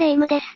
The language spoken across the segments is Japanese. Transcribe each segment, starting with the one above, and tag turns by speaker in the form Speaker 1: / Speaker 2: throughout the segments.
Speaker 1: レイムです。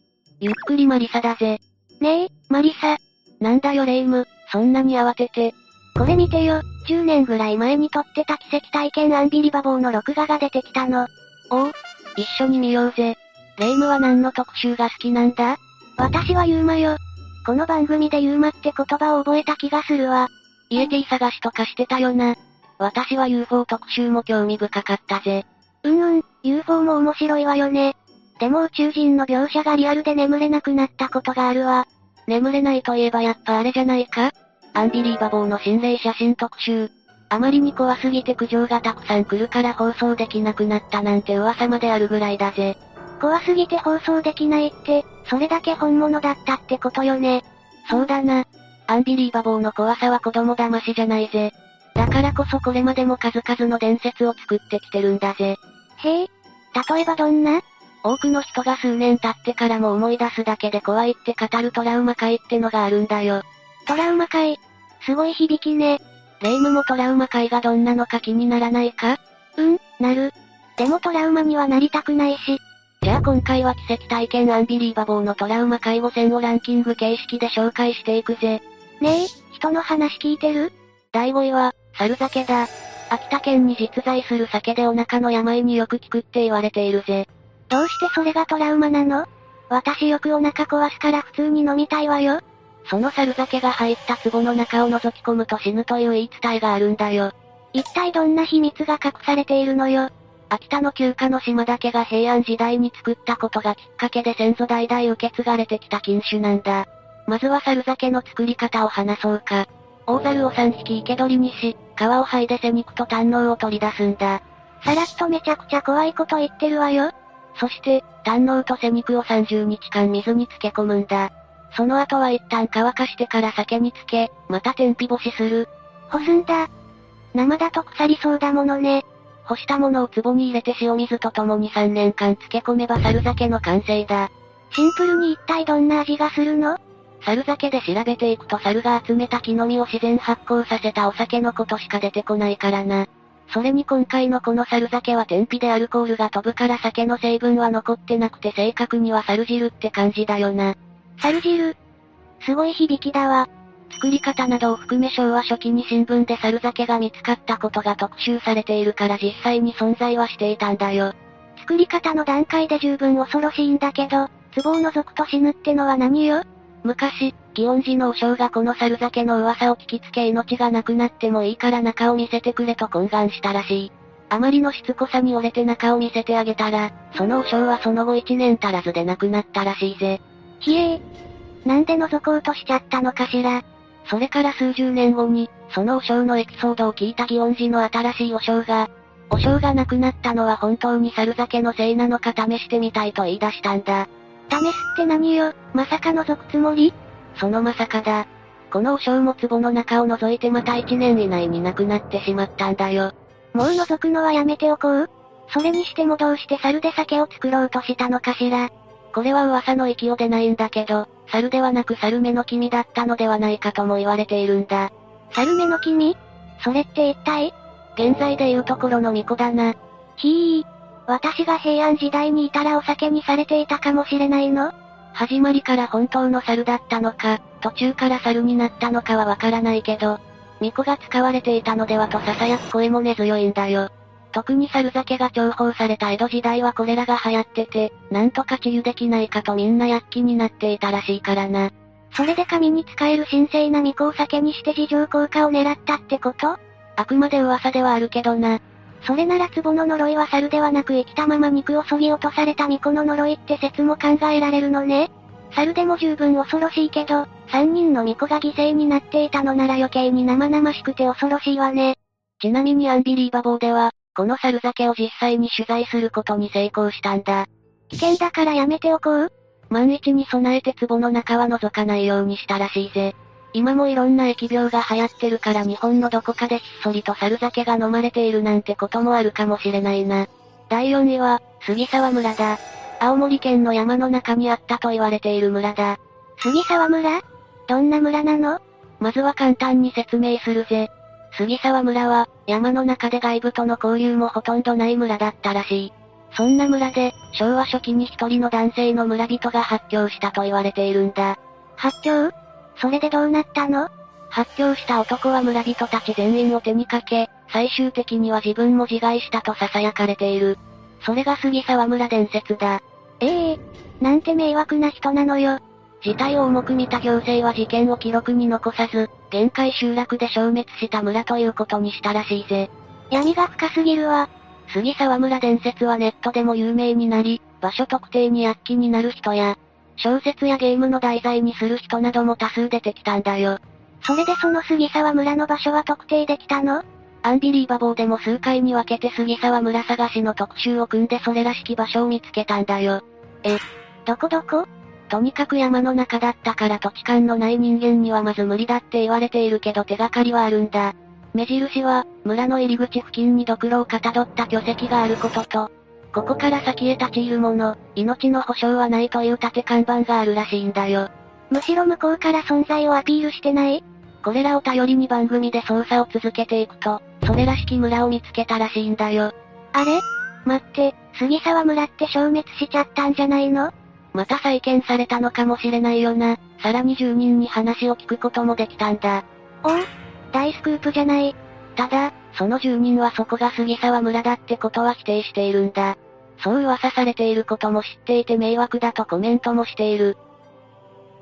Speaker 2: ゆっくりマリサだぜ。
Speaker 1: ねえ、マリサ。
Speaker 2: なんだよレイム、そんなに慌てて。
Speaker 1: これ見てよ、10年ぐらい前に撮ってた奇跡体験アンビリバボーの録画が出てきたの。
Speaker 2: おお、一緒に見ようぜ。レイムは何の特集が好きなんだ
Speaker 1: 私はユーマよ。この番組でユーマって言葉を覚えた気がするわ。
Speaker 2: イエティ探しとかしてたよな。私は UFO 特集も興味深かったぜ。
Speaker 1: うんうん、UFO も面白いわよね。でも宇宙人の描写がリアルで眠れなくなったことがあるわ。
Speaker 2: 眠れないといえばやっぱあれじゃないかアンビリーバボーの心霊写真特集。あまりに怖すぎて苦情がたくさん来るから放送できなくなったなんて噂まであるぐらいだぜ。
Speaker 1: 怖すぎて放送できないって、それだけ本物だったってことよね。
Speaker 2: そうだな。アンビリーバボーの怖さは子供騙しじゃないぜ。だからこそこれまでも数々の伝説を作ってきてるんだぜ。
Speaker 1: へえ。例えばどんな
Speaker 2: 多くの人が数年経ってからも思い出すだけで怖いって語るトラウマ界ってのがあるんだよ。
Speaker 1: トラウマ界。すごい響きね。
Speaker 2: 霊夢もトラウマ界がどんなのか気にならないか
Speaker 1: うん、なる。でもトラウマにはなりたくないし。
Speaker 2: じゃあ今回は奇跡体験アンビリーバボーのトラウマ介護戦をランキング形式で紹介していくぜ。
Speaker 1: ねえ、人の話聞いてる
Speaker 2: 第5位は、猿酒だ。秋田県に実在する酒でお腹の病によく効くって言われているぜ。
Speaker 1: どうしてそれがトラウマなの私よくお腹壊すから普通に飲みたいわよ。
Speaker 2: その猿酒が入った壺の中を覗き込むと死ぬという言い伝えがあるんだよ。
Speaker 1: 一体どんな秘密が隠されているのよ。
Speaker 2: 秋田の休暇の島だけが平安時代に作ったことがきっかけで先祖代々受け継がれてきた禁酒なんだ。まずは猿酒の作り方を話そうか。大猿を3匹生け捕りにし、皮を剥いで背肉と胆脳を取り出すんだ。
Speaker 1: さらっとめちゃくちゃ怖いこと言ってるわよ。
Speaker 2: そして、胆脳と背肉を30日間水に漬け込むんだ。その後は一旦乾かしてから酒に漬け、また天日干しする。
Speaker 1: 干すんだ。生だと腐りそうだものね。
Speaker 2: 干したものを壺に入れて塩水とともに3年間漬け込めば猿酒の完成だ。
Speaker 1: シンプルに一体どんな味がするの
Speaker 2: 猿酒で調べていくと猿が集めた木の実を自然発酵させたお酒のことしか出てこないからな。それに今回のこの猿酒は天日でアルコールが飛ぶから酒の成分は残ってなくて正確には猿汁って感じだよな。
Speaker 1: 猿汁。すごい響きだわ。
Speaker 2: 作り方などを含め昭和初期に新聞で猿酒が見つかったことが特集されているから実際に存在はしていたんだよ。
Speaker 1: 作り方の段階で十分恐ろしいんだけど、壺を除くと死ぬってのは何よ
Speaker 2: 昔、祇園寺のお将がこの猿酒の噂を聞きつけ命がなくなってもいいから中を見せてくれと懇願したらしい。あまりのしつこさに折れて中を見せてあげたら、そのお将はその後一年足らずで亡くなったらしいぜ。
Speaker 1: ひえー。なんで覗こうとしちゃったのかしら。
Speaker 2: それから数十年後に、そのお将のエピソードを聞いた祇園寺の新しいお将が、お将が亡くなったのは本当に猿酒のせいなのか試してみたいと言い出したんだ。
Speaker 1: 試すって何よ、まさか覗くつもり
Speaker 2: そのまさかだ。このお将も壺の中を覗いてまた1年以内に亡くなってしまったんだよ。
Speaker 1: もう覗くのはやめておこう。それにしてもどうして猿で酒を作ろうとしたのかしら。
Speaker 2: これは噂の域を出ないんだけど、猿ではなく猿目の君だったのではないかとも言われているんだ。
Speaker 1: 猿目の君それって一体
Speaker 2: 現在で言うところの巫女だな。
Speaker 1: ひー。私が平安時代にいたらお酒にされていたかもしれないの
Speaker 2: 始まりから本当の猿だったのか、途中から猿になったのかはわからないけど、巫女が使われていたのではと囁く声も根強いんだよ。特に猿酒が重宝された江戸時代はこれらが流行ってて、なんとか治癒できないかとみんな躍起になっていたらしいからな。
Speaker 1: それで神に使える神聖な巫女を酒にして事情効果を狙ったってこと
Speaker 2: あくまで噂ではあるけどな。
Speaker 1: それなら壺の呪いは猿ではなく生きたまま肉を削ぎ落とされた巫女の呪いって説も考えられるのね。猿でも十分恐ろしいけど、三人の巫女が犠牲になっていたのなら余計に生々しくて恐ろしいわね。
Speaker 2: ちなみにアンビリーバボーでは、この猿酒を実際に取材することに成功したんだ。
Speaker 1: 危険だからやめておこう。
Speaker 2: 万一に備えて壺の中は覗かないようにしたらしいぜ。今もいろんな疫病が流行ってるから日本のどこかでひっそりと猿酒が飲まれているなんてこともあるかもしれないな。第4位は、杉沢村だ。青森県の山の中にあったと言われている村だ。
Speaker 1: 杉沢村どんな村なの
Speaker 2: まずは簡単に説明するぜ。杉沢村は、山の中で外部との交流もほとんどない村だったらしい。そんな村で、昭和初期に一人の男性の村人が発狂したと言われているんだ。
Speaker 1: 発狂それでどうなったの
Speaker 2: 発狂した男は村人たち全員を手にかけ、最終的には自分も自害したと囁かれている。それが杉沢村伝説だ。
Speaker 1: ええなんて迷惑な人なのよ。
Speaker 2: 事態を重く見た行政は事件を記録に残さず、限界集落で消滅した村ということにしたらしいぜ。
Speaker 1: 闇が深すぎるわ。
Speaker 2: 杉沢村伝説はネットでも有名になり、場所特定に躍起になる人や、小説やゲームの題材にする人なども多数出てきたんだよ。
Speaker 1: それでその杉沢村の場所は特定できたの
Speaker 2: アンビリーバボーでも数回に分けて杉沢村探しの特集を組んでそれらしき場所を見つけたんだよ。
Speaker 1: え、どこどこと
Speaker 2: にかく山の中だったから土地勘のない人間にはまず無理だって言われているけど手がかりはあるんだ。目印は、村の入り口付近にドクロをかたどった巨石があることと、ここから先へ立ち入るもの、命の保証はないという立て看板があるらしいんだよ。
Speaker 1: むしろ向こうから存在をアピールしてない
Speaker 2: これらを頼りに番組で捜査を続けていくと、それらしき村を見つけたらしいんだよ。
Speaker 1: あれ待って、杉沢村って消滅しちゃったんじゃないの
Speaker 2: また再建されたのかもしれないよな。さらに住人に話を聞くこともできたんだ。
Speaker 1: おお大スクープじゃない。
Speaker 2: ただ、その住人はそこが杉沢村だってことは否定しているんだ。そう噂されていることも知っていて迷惑だとコメントもしている。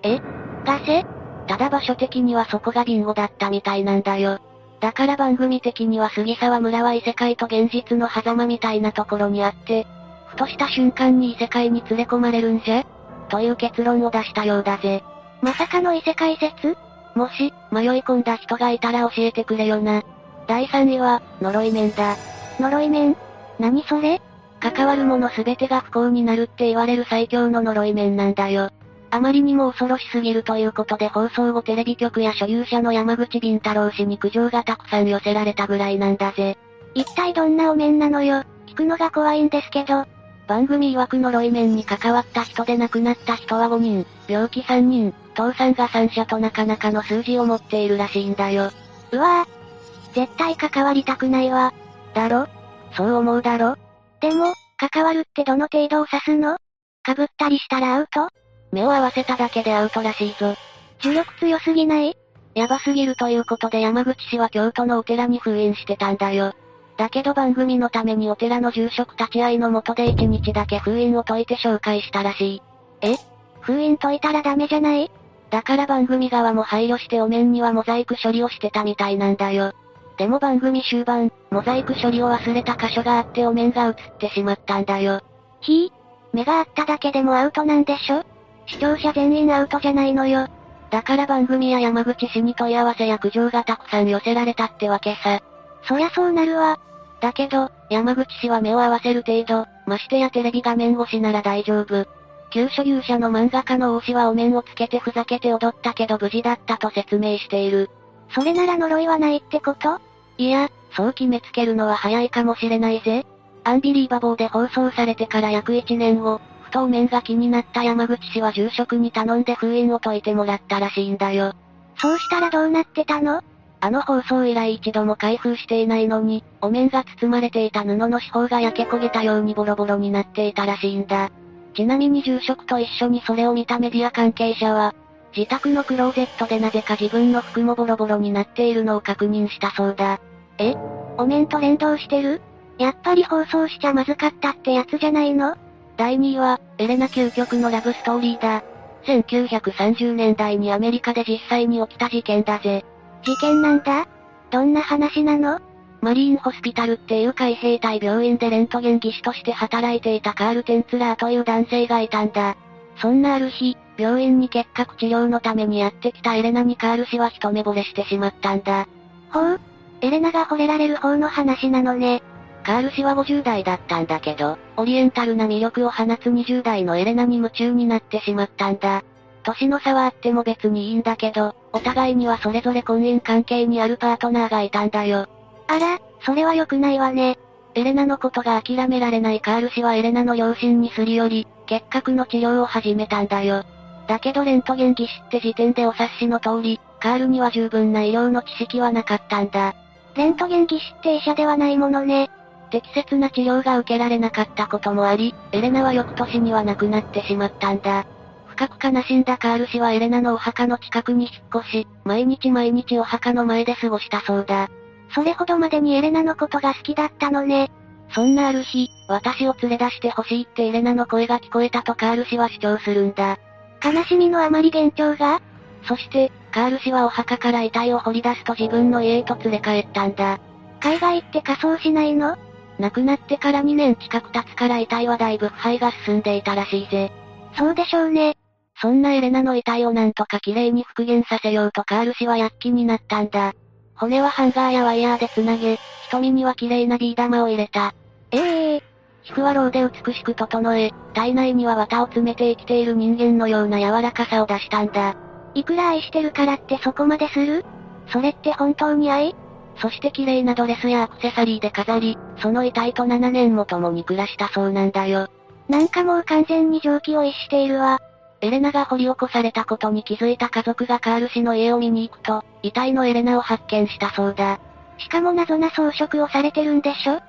Speaker 1: えガセ
Speaker 2: ただ場所的にはそこがビンゴだったみたいなんだよ。だから番組的には杉沢村は異世界と現実の狭間みたいなところにあって、ふとした瞬間に異世界に連れ込まれるんじゃという結論を出したようだぜ。
Speaker 1: まさかの異世界説
Speaker 2: もし、迷い込んだ人がいたら教えてくれよな。第3位は、呪い面だ。
Speaker 1: 呪い面何それ
Speaker 2: 関わるもの全てが不幸になるって言われる最強の呪い面なんだよ。あまりにも恐ろしすぎるということで放送後テレビ局や所有者の山口敏太郎氏に苦情がたくさん寄せられたぐらいなんだぜ。
Speaker 1: 一体どんなお面なのよ。聞くのが怖いんですけど。
Speaker 2: 番組曰く呪い面に関わった人で亡くなった人は5人、病気3人、倒産が3社となかなかの数字を持っているらしいんだよ。
Speaker 1: うわぁ。絶対関わりたくないわ。
Speaker 2: だろそう思うだろ
Speaker 1: でも、関わるってどの程度を指すのかぶったりしたらアウト
Speaker 2: 目を合わせただけでアウトらしいぞ。
Speaker 1: 重力強すぎない
Speaker 2: やばすぎるということで山口氏は京都のお寺に封印してたんだよ。だけど番組のためにお寺の住職立ち会いのもとで1日だけ封印を解いて紹介したらしい。
Speaker 1: え封印解いたらダメじゃない
Speaker 2: だから番組側も配慮してお面にはモザイク処理をしてたみたいなんだよ。でも番組終盤、モザイク処理を忘れた箇所があってお面が映ってしまったんだよ。
Speaker 1: ひぃ目があっただけでもアウトなんでしょ視聴者全員アウトじゃないのよ。
Speaker 2: だから番組や山口氏に問い合わせや苦情がたくさん寄せられたってわけさ。
Speaker 1: そりゃそうなるわ。
Speaker 2: だけど、山口氏は目を合わせる程度、ましてやテレビ画面越しなら大丈夫。旧所有者の漫画家の王氏はお面をつけてふざけて踊ったけど無事だったと説明している。
Speaker 1: それなら呪いはないってこと
Speaker 2: いや、そう決めつけるのは早いかもしれないぜ。アンビリーバボーで放送されてから約1年後、ふとお面が気になった山口氏は住職に頼んで封印を解いてもらったらしいんだよ。
Speaker 1: そうしたらどうなってたの
Speaker 2: あの放送以来一度も開封していないのに、お面が包まれていた布の四方が焼け焦げたようにボロボロになっていたらしいんだ。ちなみに住職と一緒にそれを見たメディア関係者は、自宅のクローゼットでなぜか自分の服もボロボロになっているのを確認したそうだ。
Speaker 1: えお面と連動してるやっぱり放送しちゃまずかったってやつじゃないの
Speaker 2: 第2位は、エレナ究極のラブストーリーだ。1930年代にアメリカで実際に起きた事件だぜ。
Speaker 1: 事件なんだどんな話なの
Speaker 2: マリーンホスピタルっていう海兵隊病院でレントゲン技師として働いていたカール・テンツラーという男性がいたんだ。そんなある日、病院に結核治療のためにやってきたエレナにカール氏は一目惚れしてしまったんだ。
Speaker 1: ほうエレナが惚れられる方の話なのね。
Speaker 2: カール氏は50代だったんだけど、オリエンタルな魅力を放つ20代のエレナに夢中になってしまったんだ。年の差はあっても別にいいんだけど、お互いにはそれぞれ婚姻関係にあるパートナーがいたんだよ。
Speaker 1: あら、それは良くないわね。
Speaker 2: エレナのことが諦められないカール氏はエレナの両親にすり寄り、結核の治療を始めたんだよ。だけどレントゲン技師って時点でお察しの通り、カールには十分な医療の知識はなかったんだ。
Speaker 1: レントゲン技師って医者ではないものね。
Speaker 2: 適切な治療が受けられなかったこともあり、エレナは翌年には亡くなってしまったんだ。深く悲しんだカール氏はエレナのお墓の近くに引っ越し、毎日毎日お墓の前で過ごしたそうだ。
Speaker 1: それほどまでにエレナのことが好きだったのね。
Speaker 2: そんなある日、私を連れ出してほしいってエレナの声が聞こえたとカール氏は主張するんだ。
Speaker 1: 悲しみのあまり幻聴が
Speaker 2: そして、カール氏はお墓から遺体を掘り出すと自分の家へと連れ帰ったんだ。
Speaker 1: 海外って仮装しないの
Speaker 2: 亡くなってから2年近く経つから遺体はだいぶ腐敗が進んでいたらしいぜ。
Speaker 1: そうでしょうね。
Speaker 2: そんなエレナの遺体をなんとか綺麗に復元させようとカール氏は躍起になったんだ。骨はハンガーやワイヤーで繋げ、瞳には綺麗なビー玉を入れた。
Speaker 1: ええええ
Speaker 2: 皮膚はローで美しく整え、体内には綿を詰めて生きている人間のような柔らかさを出したんだ。
Speaker 1: いくら愛してるからってそこまでするそれって本当に愛
Speaker 2: そして綺麗なドレスやアクセサリーで飾り、その遺体と7年も共に暮らしたそうなんだよ。
Speaker 1: なんかもう完全に常軌を逸しているわ。
Speaker 2: エレナが掘り起こされたことに気づいた家族がカール氏の家を見に行くと、遺体のエレナを発見したそうだ。
Speaker 1: しかも謎な装飾をされてるんでしょ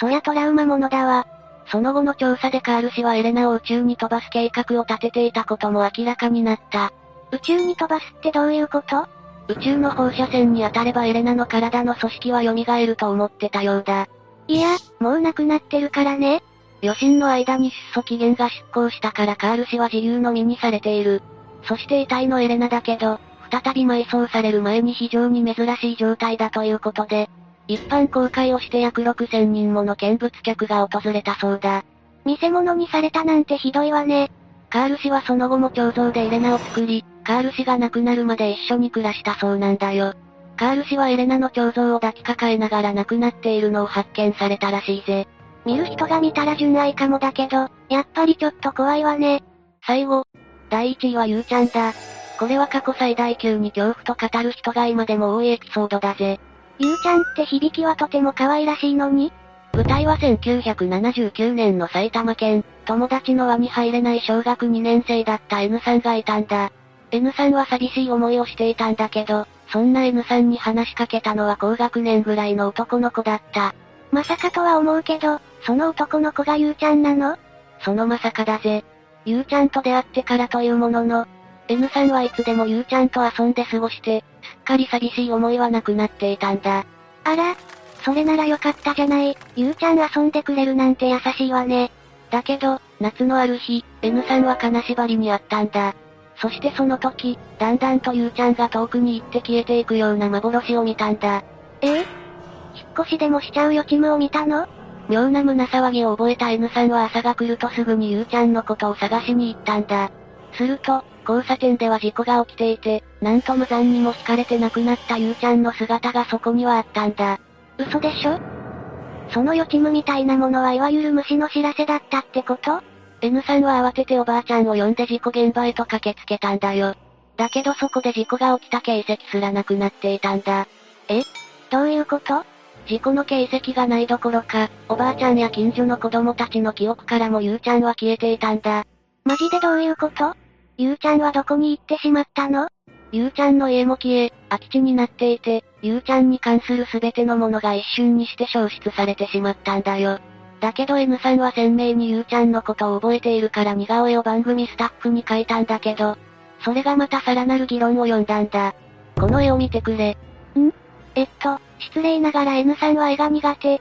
Speaker 1: そりゃトラウマものだわ。
Speaker 2: その後の調査でカール氏はエレナを宇宙に飛ばす計画を立てていたことも明らかになった。
Speaker 1: 宇宙に飛ばすってどういうこと
Speaker 2: 宇宙の放射線に当たればエレナの体の組織は蘇ると思ってたようだ。
Speaker 1: いや、もうなくなってるからね。
Speaker 2: 余震の間に出訴期限が執行したからカール氏は自由の身にされている。そして遺体のエレナだけど、再び埋葬される前に非常に珍しい状態だということで、一般公開をして約6000人もの見物客が訪れたそうだ。
Speaker 1: 見せ物にされたなんてひどいわね。
Speaker 2: カール氏はその後も彫像でエレナを作り、カール氏が亡くなるまで一緒に暮らしたそうなんだよ。カール氏はエレナの彫像を抱きかかえながら亡くなっているのを発見されたらしいぜ。
Speaker 1: 見る人が見たら純愛かもだけど、やっぱりちょっと怖いわね。
Speaker 2: 最後、第1位はゆうちゃんだ。これは過去最大級に恐怖と語る人が今でも多いエピソードだぜ。
Speaker 1: ゆうちゃんって響きはとても可愛らしいのに、
Speaker 2: 舞台は1979年の埼玉県、友達の輪に入れない小学2年生だった N さんがいたんだ。N さんは寂しい思いをしていたんだけど、そんな N さんに話しかけたのは高学年ぐらいの男の子だった。
Speaker 1: まさかとは思うけど、その男の子がゆうちゃんなの
Speaker 2: そのまさかだぜ。ゆうちゃんと出会ってからというものの、N さんはいつでもゆうちゃんと遊んで過ごして、すっかり寂しい思いはなくなっていたんだ。
Speaker 1: あら、それならよかったじゃない。ゆうちゃん遊んでくれるなんて優しいわね。
Speaker 2: だけど、夏のある日、N さんは金縛りにあったんだ。そしてその時、だんだんとゆうちゃんが遠くに行って消えていくような幻を見たんだ。
Speaker 1: ええ引っ越しでもしちゃうよチムを見たの
Speaker 2: 妙な胸騒ぎを覚えた N さんは朝が来るとすぐにゆうちゃんのことを探しに行ったんだ。すると、交差点では事故が起きていて、なんと無残にも惹かれて亡くなったゆうちゃんの姿がそこにはあったんだ。
Speaker 1: 嘘でしょその予知夢みたいなものはいわゆる虫の知らせだったってこと
Speaker 2: N さんは慌てておばあちゃんを呼んで事故現場へと駆けつけたんだよ。だけどそこで事故が起きた形跡すらなくなっていたんだ。
Speaker 1: どういうこと
Speaker 2: 事故の形跡がないどころか、おばあちゃんや近所の子供たちの記憶からもゆうちゃんは消えていたんだ。
Speaker 1: マジでどういうことゆうちゃんはどこに行ってしまったの
Speaker 2: ゆうちゃんの家も消え、空き地になっていて、ゆうちゃんに関する全てのものが一瞬にして消失されてしまったんだよ。だけど N さんは鮮明にゆうちゃんのことを覚えているから似顔絵を番組スタッフに書いたんだけど、それがまたさらなる議論を呼んだんだ。この絵を見てくれ。
Speaker 1: えっと、失礼ながら N さんは絵が苦手。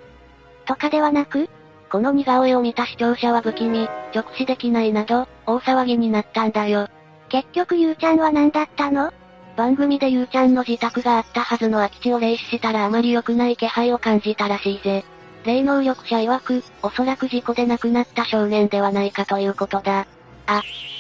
Speaker 1: とかではなく、
Speaker 2: この似顔絵を見た視聴者は不気味、直視できないなど、大騒ぎになったんだよ。
Speaker 1: 結局ゆうちゃんは何だったの
Speaker 2: 番組でゆうちゃんの自宅があったはずの空き地を霊視したらあまり良くない気配を感じたらしいぜ。霊能力者曰く、おそらく事故で亡くなった少年ではないかということだ。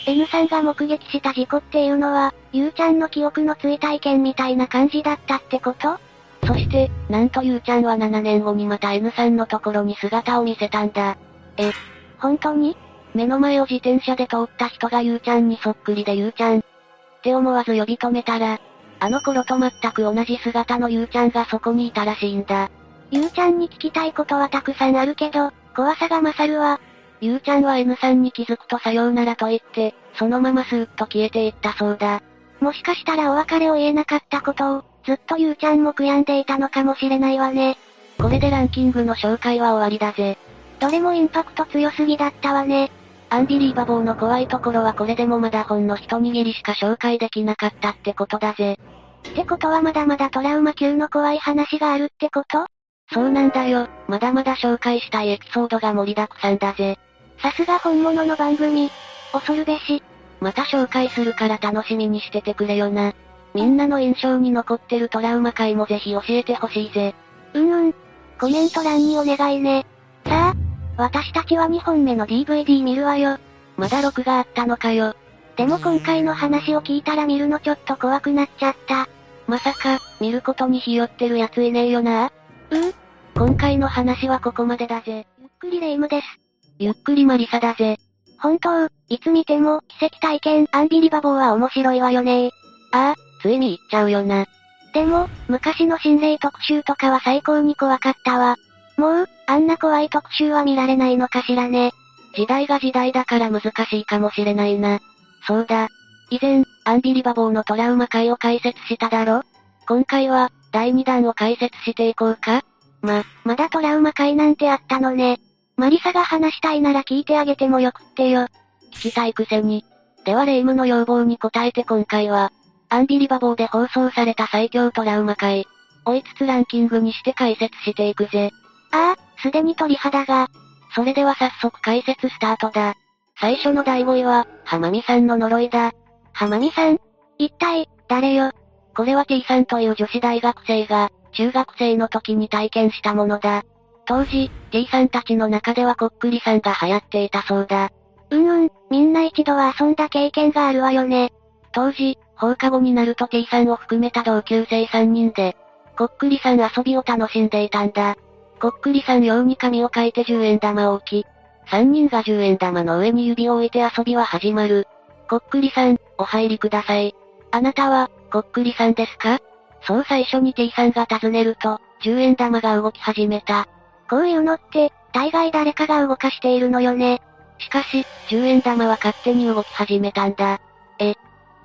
Speaker 1: N さんが目撃した事故っていうのは、ゆうちゃんの記憶の追体験みたいな感じだったってこと
Speaker 2: そして、なんとゆうちゃんは7年後にまた N さんのところに姿を見せたんだ。
Speaker 1: 本当に
Speaker 2: 目の前を自転車で通った人がゆうちゃんにそっくりでゆうちゃん。って思わず呼び止めたら、あの頃と全く同じ姿のゆうちゃんがそこにいたらしいんだ。
Speaker 1: ゆうちゃんに聞きたいことはたくさんあるけど、怖さが勝るわ。
Speaker 2: ゆうちゃんは N さんに気づくとさようならと言って、そのまますーっと消えていったそうだ。
Speaker 1: もしかしたらお別れを言えなかったことを、ずっとゆうちゃんも悔やんでいたのかもしれないわね。
Speaker 2: これでランキングの紹介は終わりだぜ。
Speaker 1: どれもインパクト強すぎだったわね。
Speaker 2: アンビリーバボーの怖いところはこれでもまだほんの一握りしか紹介できなかったってことだぜ。
Speaker 1: ってことはまだまだトラウマ級の怖い話があるってこと
Speaker 2: そうなんだよ、まだまだ紹介したいエピソードが盛りだくさんだぜ。
Speaker 1: さすが本物の番組。恐るべし。
Speaker 2: また紹介するから楽しみにしててくれよな。みんなの印象に残ってるトラウマ回もぜひ教えてほしいぜ。
Speaker 1: うんうん。コメント欄にお願いね。さあ、私たちは2本目の DVD 見るわよ。
Speaker 2: まだ録画あったのかよ。
Speaker 1: でも今回の話を聞いたら見るのちょっと怖くなっちゃった。
Speaker 2: まさか、見ることにひよってるやついねえよな。
Speaker 1: うん。
Speaker 2: 今回の話はここまでだぜ。
Speaker 1: ゆっくりレ夢ムです。
Speaker 2: ゆっくりマリサだぜ。
Speaker 1: 本当、いつ見ても、奇跡体験、アンビリバボーは面白いわよね
Speaker 2: ああ、ついに行っちゃうよな。
Speaker 1: でも、昔の心霊特集とかは最高に怖かったわ。もう、あんな怖い特集は見られないのかしらね。
Speaker 2: 時代が時代だから難しいかもしれないな。そうだ。以前、アンビリバボーのトラウマ会を解説しただろ今回は、第2弾を解説していこうか
Speaker 1: ま、まだトラウマ会なんてあったのね。マリサが話したいなら聞いてあげてもよくってよ。
Speaker 2: 聞きたいくせに。ではレイムの要望に応えて今回は、アンビリバボーで放送された最強トラウマ会、追いつつランキングにして解説していくぜ。
Speaker 1: ああ、すでに鳥肌が。
Speaker 2: それでは早速解説スタートだ。最初の第5位は、浜美さんの呪いだ。
Speaker 1: 浜美さん一体、誰よ
Speaker 2: これは T さんという女子大学生が、中学生の時に体験したものだ。当時、T さんたちの中ではこっくりさんが流行っていたそうだ。
Speaker 1: うんうん、みんな一度は遊んだ経験があるわよね。
Speaker 2: 当時、放課後になると T さんを含めた同級生3人で、こっくりさん遊びを楽しんでいたんだ。こっくりさん用に紙を書いて10円玉を置き、3人が10円玉の上に指を置いて遊びは始まる。こっくりさん、お入りください。あなたは、こっくりさんですかそう最初に T さんが尋ねると、10円玉が動き始めた。
Speaker 1: こういうのって、大概誰かが動かしているのよね。
Speaker 2: しかし、10円玉は勝手に動き始めたんだ。え、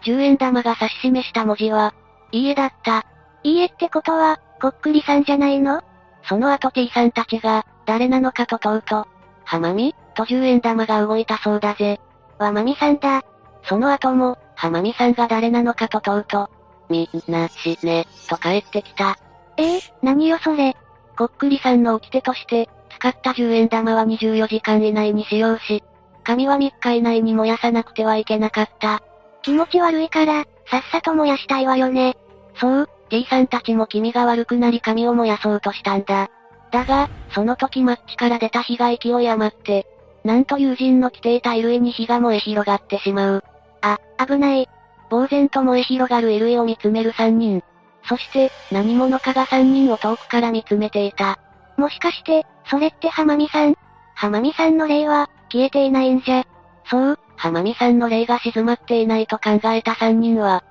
Speaker 2: 10円玉が指し示した文字は、いいえだった。
Speaker 1: いいえってことは、こっくりさんじゃないの
Speaker 2: その後 T さんたちが、誰なのかと問うと、はまみと10円玉が動いたそうだぜ。
Speaker 1: わまみさんだ。
Speaker 2: その後も、はまみさんが誰なのかと問うと、みんな、しね、と帰ってきた。
Speaker 1: えー、何よそれ。
Speaker 2: こっくりさんの掟として、使った10円玉は24時間以内に使用し、紙は3日以内に燃やさなくてはいけなかった。
Speaker 1: 気持ち悪いから、さっさと燃やしたいわよね。
Speaker 2: そう、T さんたちも気味が悪くなり紙を燃やそうとしたんだ。だが、その時マッチから出た火が勢い余って、なんと友人の着ていた衣類に火が燃え広がってしまう。
Speaker 1: あ、危ない。
Speaker 2: 呆然と燃え広がる衣類を見つめる3人。そして、何者かが3人を遠くから見つめていた。
Speaker 1: もしかして、それって浜美さん浜美さんの霊は、消えていないんじゃ。
Speaker 2: そう、浜美さんの霊が静まっていないと考えた3人は、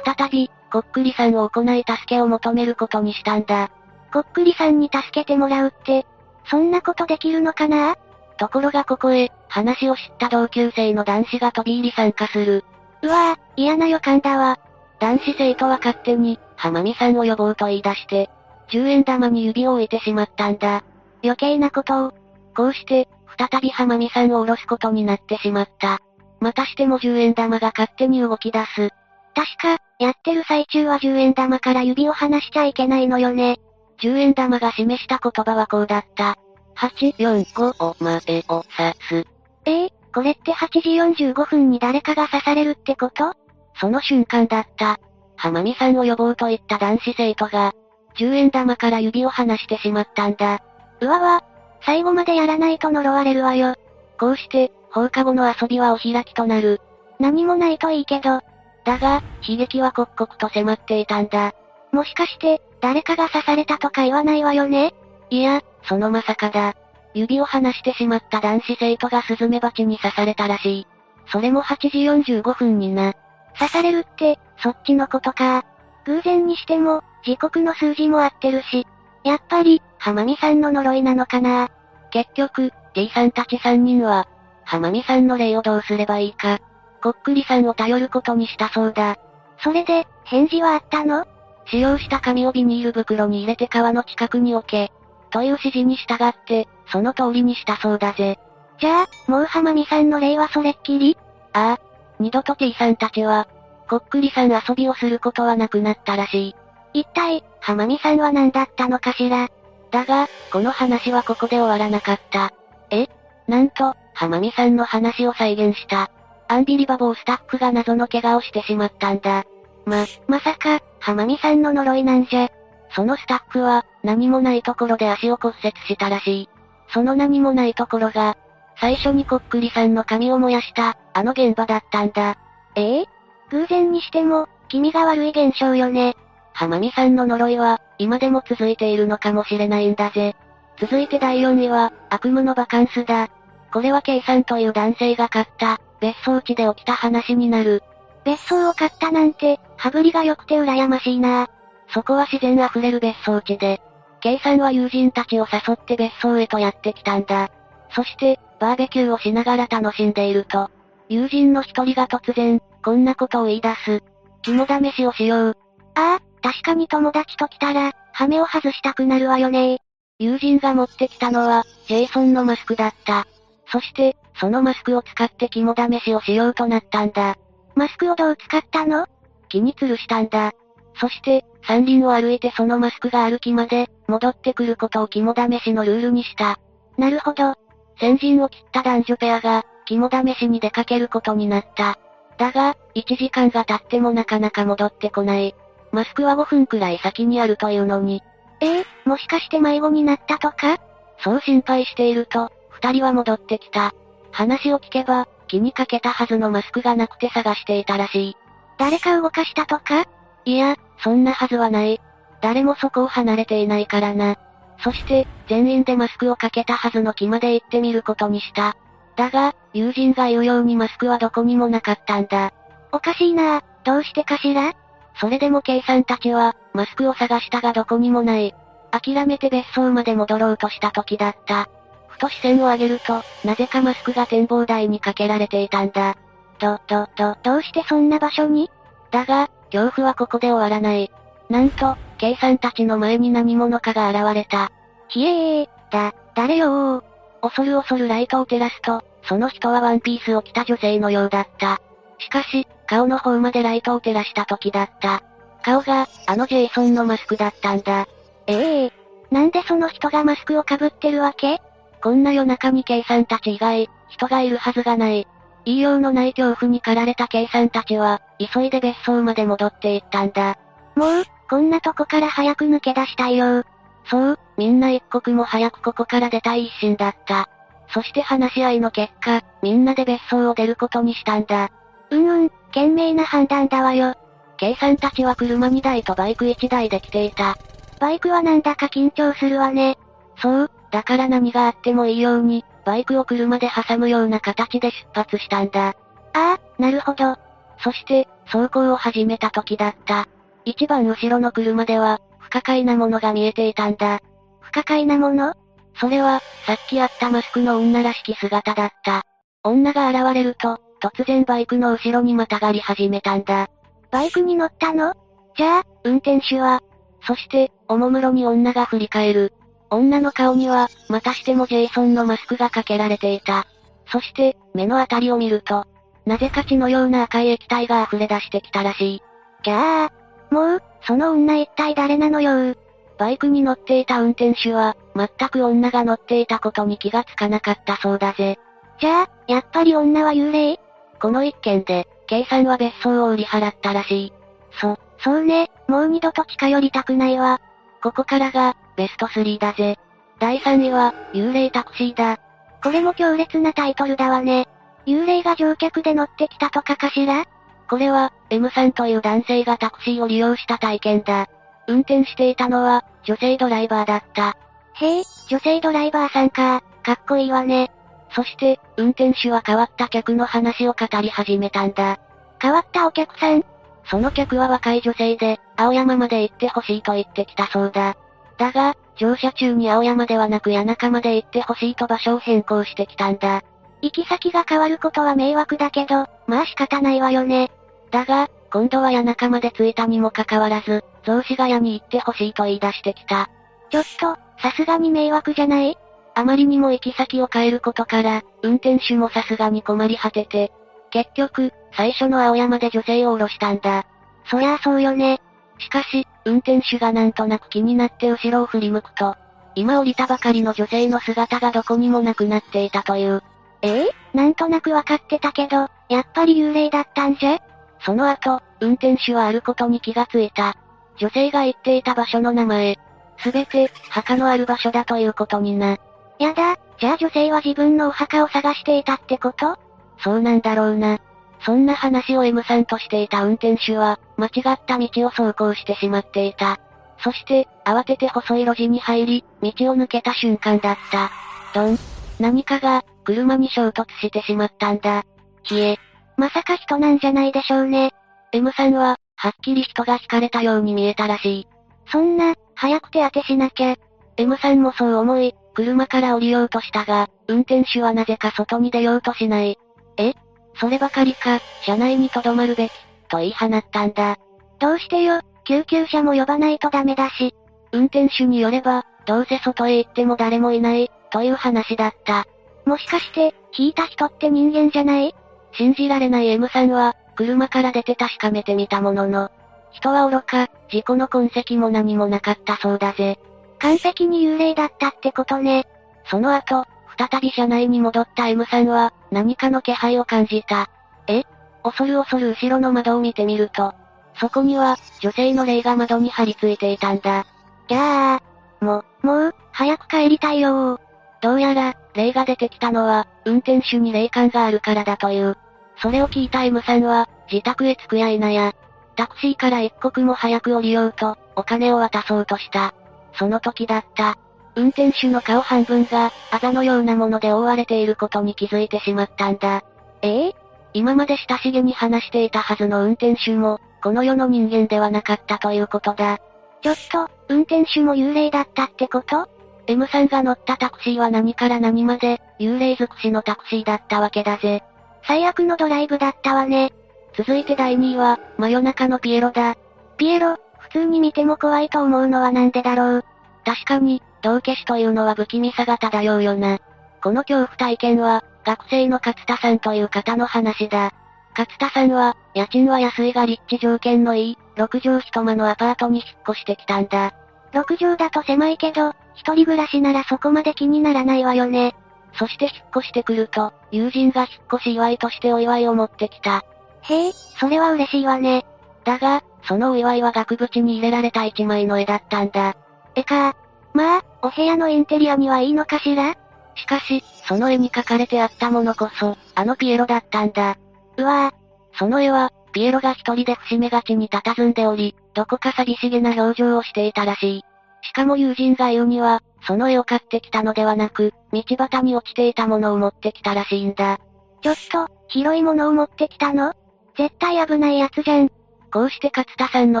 Speaker 2: 再び、こっくりさんを行い助けを求めることにしたんだ。
Speaker 1: こっくりさんに助けてもらうって、そんなことできるのかな
Speaker 2: ところがここへ、話を知った同級生の男子が飛び入り参加する。
Speaker 1: うわぁ、嫌な予感だわ。
Speaker 2: 男子生徒は勝手に、浜美さんを呼ぼうと言い出して、10円玉に指を置いてしまったんだ。
Speaker 1: 余計なことを。
Speaker 2: こうして、再び浜美さんを下ろすことになってしまった。またしても10円玉が勝手に動き出す。
Speaker 1: 確か、やってる最中は10円玉から指を離しちゃいけないのよね。
Speaker 2: 10円玉が示した言葉はこうだった。8、4、5を前を指す。
Speaker 1: ええー、これって8時45分に誰かが刺されるってこと
Speaker 2: その瞬間だった。浜美さんを呼ぼうと言った男子生徒が、10円玉から指を離してしまったんだ。
Speaker 1: うわわ、最後までやらないと呪われるわよ。
Speaker 2: こうして、放課後の遊びはお開きとなる。
Speaker 1: 何もないといいけど。
Speaker 2: だが、悲劇は刻々と迫っていたんだ。
Speaker 1: もしかして、誰かが刺されたとか言わないわよね
Speaker 2: いや、そのまさかだ。指を離してしまった男子生徒がスズメバチに刺されたらしい。それも8時45分にな。
Speaker 1: 刺されるって、そっちのことか。偶然にしても、時刻の数字も合ってるし。やっぱり、浜美さんの呪いなのかな。
Speaker 2: 結局、T さんたち3人は、浜美さんの霊をどうすればいいか、こっくりさんを頼ることにしたそうだ。
Speaker 1: それで、返事はあったの
Speaker 2: 使用した紙をビニール袋に入れて川の近くに置け。という指示に従って、その通りにしたそうだぜ。
Speaker 1: じゃあ、もう浜美さんの例はそれっきり
Speaker 2: ああ、二度と T さんたちは、こっくりさん遊びをすることはなくなったらし
Speaker 1: い。一体、浜美さんは何だったのかしら
Speaker 2: だが、この話はここで終わらなかった。えなんと、浜美さんの話を再現した。アンビリバボースタッフが謎の怪我をしてしまったんだ。
Speaker 1: ま、まさか、浜美さんの呪いなんじゃ。
Speaker 2: そのスタッフは、何もないところで足を骨折したらしい。その何もないところが、最初にこっくりさんの髪を燃やした、あの現場だったんだ。
Speaker 1: ええ偶然にしても、気味が悪い現象よね。
Speaker 2: 浜美さんの呪いは、今でも続いているのかもしれないんだぜ。続いて第4位は、悪夢のバカンスだ。これは K さんという男性が買った、別荘地で起きた話になる。
Speaker 1: 別荘を買ったなんて、羽振りが良くて羨ましいな
Speaker 2: そこは自然あふれる別荘地で、K さんは友人たちを誘って別荘へとやってきたんだ。そして、バーベキューをしながら楽しんでいると、友人の一人が突然、こんなことを言い出す。肝試しをしよう。
Speaker 1: ああ、確かに友達と来たら、ハメを外したくなるわよね
Speaker 2: 友人が持ってきたのは、ジェイソンのマスクだった。そして、そのマスクを使って肝試しをしようとなったんだ。
Speaker 1: マスクをどう使ったの
Speaker 2: 木に吊るしたんだ。そして、山林を歩いてそのマスクが歩きまで、戻ってくることを肝試しのルールにした。
Speaker 1: なるほど。
Speaker 2: 先陣を切った男女ペアが、肝試しに出かけることになった。だが、1時間が経ってもなかなか戻ってこない。マスクは5分くらい先にあるというのに。
Speaker 1: ええー、もしかして迷子になったとか
Speaker 2: そう心配していると、二人は戻ってきた。話を聞けば、気にかけたはずのマスクがなくて探していたらしい。
Speaker 1: 誰か動かしたとか
Speaker 2: いや、そんなはずはない。誰もそこを離れていないからな。そして、全員でマスクをかけたはずの木まで行ってみることにした。だが、友人が言うようにマスクはどこにもなかったんだ。
Speaker 1: おかしいなぁ、どうしてかしら
Speaker 2: それでも K さんたちは、マスクを探したがどこにもない。諦めて別荘まで戻ろうとした時だった。ふと視線を上げると、なぜかマスクが展望台にかけられていたんだ。
Speaker 1: ど、ど、ど、どうしてそんな場所に
Speaker 2: だが、恐怖はここで終わらない。なんと、K さんたちの前に何者かが現れた。
Speaker 1: ひえー、だ、誰よー。
Speaker 2: 恐る恐るライトを照らすと、その人はワンピースを着た女性のようだった。しかし、顔の方までライトを照らした時だった。顔が、あのジェイソンのマスクだったんだ。
Speaker 1: ええー、なんでその人がマスクをかぶってるわけ
Speaker 2: こんな夜中に K さんたち以外、人がいるはずがない。言いようのない恐怖に駆られた K さんたちは、急いで別荘まで戻っていったんだ。
Speaker 1: もう、こんなとこから早く抜け出したいよ。
Speaker 2: そう、みんな一刻も早くここから出たい一心だった。そして話し合いの結果、みんなで別荘を出ることにしたんだ。
Speaker 1: うんうん、賢明な判断だわよ。
Speaker 2: K さんたちは車2台とバイク1台で来ていた。
Speaker 1: バイクはなんだか緊張するわね。
Speaker 2: そう、だから何があってもいいように、バイクを車で挟むような形で出発したんだ。
Speaker 1: ああ、なるほど。
Speaker 2: そして、走行を始めた時だった。一番後ろの車では、不可解なものが見えていたんだ。
Speaker 1: 不可解なもの
Speaker 2: それは、さっきあったマスクの女らしき姿だった。女が現れると、突然バイクの後ろにまたがり始めたんだ。
Speaker 1: バイクに乗ったのじゃあ、運転手は
Speaker 2: そして、おもむろに女が振り返る。女の顔には、またしてもジェイソンのマスクがかけられていた。そして、目のあたりを見ると、なぜか血のような赤い液体が溢れ出してきたらしい。
Speaker 1: ギャー。もう、その女一体誰なのよ
Speaker 2: バイクに乗っていた運転手は、全く女が乗っていたことに気がつかなかったそうだぜ。
Speaker 1: じゃあ、やっぱり女は幽霊
Speaker 2: この一件で、K さんは別荘を売り払ったらしい。
Speaker 1: そ、そうね、もう二度と近寄りたくないわ。
Speaker 2: ここからが、ベスト3だぜ。第3位は、幽霊タクシーだ。
Speaker 1: これも強烈なタイトルだわね。幽霊が乗客で乗ってきたとかかしら
Speaker 2: これは、M さんという男性がタクシーを利用した体験だ。運転していたのは、女性ドライバーだった。
Speaker 1: へえ、女性ドライバーさんか、かっこいいわね。
Speaker 2: そして、運転手は変わった客の話を語り始めたんだ。
Speaker 1: 変わったお客さん
Speaker 2: その客は若い女性で、青山まで行ってほしいと言ってきたそうだ。だが、乗車中に青山ではなく谷中まで行ってほしいと場所を変更してきたんだ。
Speaker 1: 行き先が変わることは迷惑だけど、まあ仕方ないわよね。
Speaker 2: だが、今度は谷中まで着いたにもかかわらず、増資が谷に行ってほしいと言い出してきた。
Speaker 1: ちょっと、さすがに迷惑じゃない
Speaker 2: あまりにも行き先を変えることから、運転手もさすがに困り果てて、結局、最初の青山で女性を降ろしたんだ。
Speaker 1: そりゃあそうよね。
Speaker 2: しかし、運転手がなんとなく気になって後ろを振り向くと、今降りたばかりの女性の姿がどこにもなくなっていたという。
Speaker 1: ええなんとなくわかってたけど、やっぱり幽霊だったんじゃ
Speaker 2: その後、運転手はあることに気がついた。女性が言っていた場所の名前。すべて、墓のある場所だということにな。
Speaker 1: やだ、じゃあ女性は自分のお墓を探していたってこと
Speaker 2: そうなんだろうな。そんな話を M さんとしていた運転手は、間違った道を走行してしまっていた。そして、慌てて細い路地に入り、道を抜けた瞬間だった。ドン。何かが、車に衝突してしまったんだ。ひえ。
Speaker 1: まさか人なんじゃないでしょうね。
Speaker 2: M さんは、はっきり人が惹かれたように見えたらしい。
Speaker 1: そんな、早く手当てしなきゃ。
Speaker 2: M さんもそう思い、車から降りようとしたが、運転手はなぜか外に出ようとしない。えそればかりか、車内に留まるべき、と言い放ったんだ。
Speaker 1: どうしてよ、救急車も呼ばないとダメだし。
Speaker 2: 運転手によれば、どうせ外へ行っても誰もいない、という話だった。
Speaker 1: もしかして、引いた人って人間じゃない
Speaker 2: 信じられない M さんは、車から出て確かめてみたものの、人は愚か、事故の痕跡も何もなかったそうだぜ。
Speaker 1: 完璧に幽霊だったってことね。
Speaker 2: その後、再び車内に戻った M さんは、何かの気配を感じた。え恐る恐る後ろの窓を見てみると、そこには、女性の霊が窓に張り付いていたんだ。
Speaker 1: ぎゃ
Speaker 2: ー。も、
Speaker 1: もう、早く帰りたいよ
Speaker 2: どうやら、霊が出てきたのは、運転手に霊感があるからだという。それを聞いた M さんは、自宅へ着くや否や、タクシーから一刻も早く降りようと、お金を渡そうとした。その時だった。運転手の顔半分が、あざのようなもので覆われていることに気づいてしまったんだ。
Speaker 1: ええ
Speaker 2: 今まで親しげに話していたはずの運転手も、この世の人間ではなかったということだ。
Speaker 1: ちょっと、運転手も幽霊だったってこと
Speaker 2: ?M さんが乗ったタクシーは何から何まで、幽霊尽くしのタクシーだったわけだぜ。
Speaker 1: 最悪のドライブだったわね。
Speaker 2: 続いて第2位は、真夜中のピエロだ。
Speaker 1: ピエロ、普通に見ても怖いと思うのはなんでだろう。
Speaker 2: 確かに、道消しというのは不気味さが漂うよな。この恐怖体験は、学生の勝田さんという方の話だ。勝田さんは、家賃は安いが立地条件のいい、6畳一間のアパートに引っ越してきたんだ。
Speaker 1: 6畳だと狭いけど、一人暮らしならそこまで気にならないわよね。
Speaker 2: そして引っ越してくると、友人が引っ越し祝いとしてお祝いを持ってきた。
Speaker 1: へえ、それは嬉しいわね。
Speaker 2: だが、そのお祝いは額縁に入れられた一枚の絵だったんだ。
Speaker 1: 絵か。まあ、お部屋のインテリアにはいいのかしら
Speaker 2: しかし、その絵に描かれてあったものこそ、あのピエロだったんだ。
Speaker 1: うわ
Speaker 2: ぁ。その絵は、ピエロが一人で節目がちに佇んでおり、どこか寂しげな表情をしていたらしい。しかも友人が言うには、その絵を買ってきたのではなく、道端に落ちていたものを持ってきたらしいんだ。
Speaker 1: ちょっと、広いものを持ってきたの絶対危ないやつじゃん。
Speaker 2: こうして勝田さんの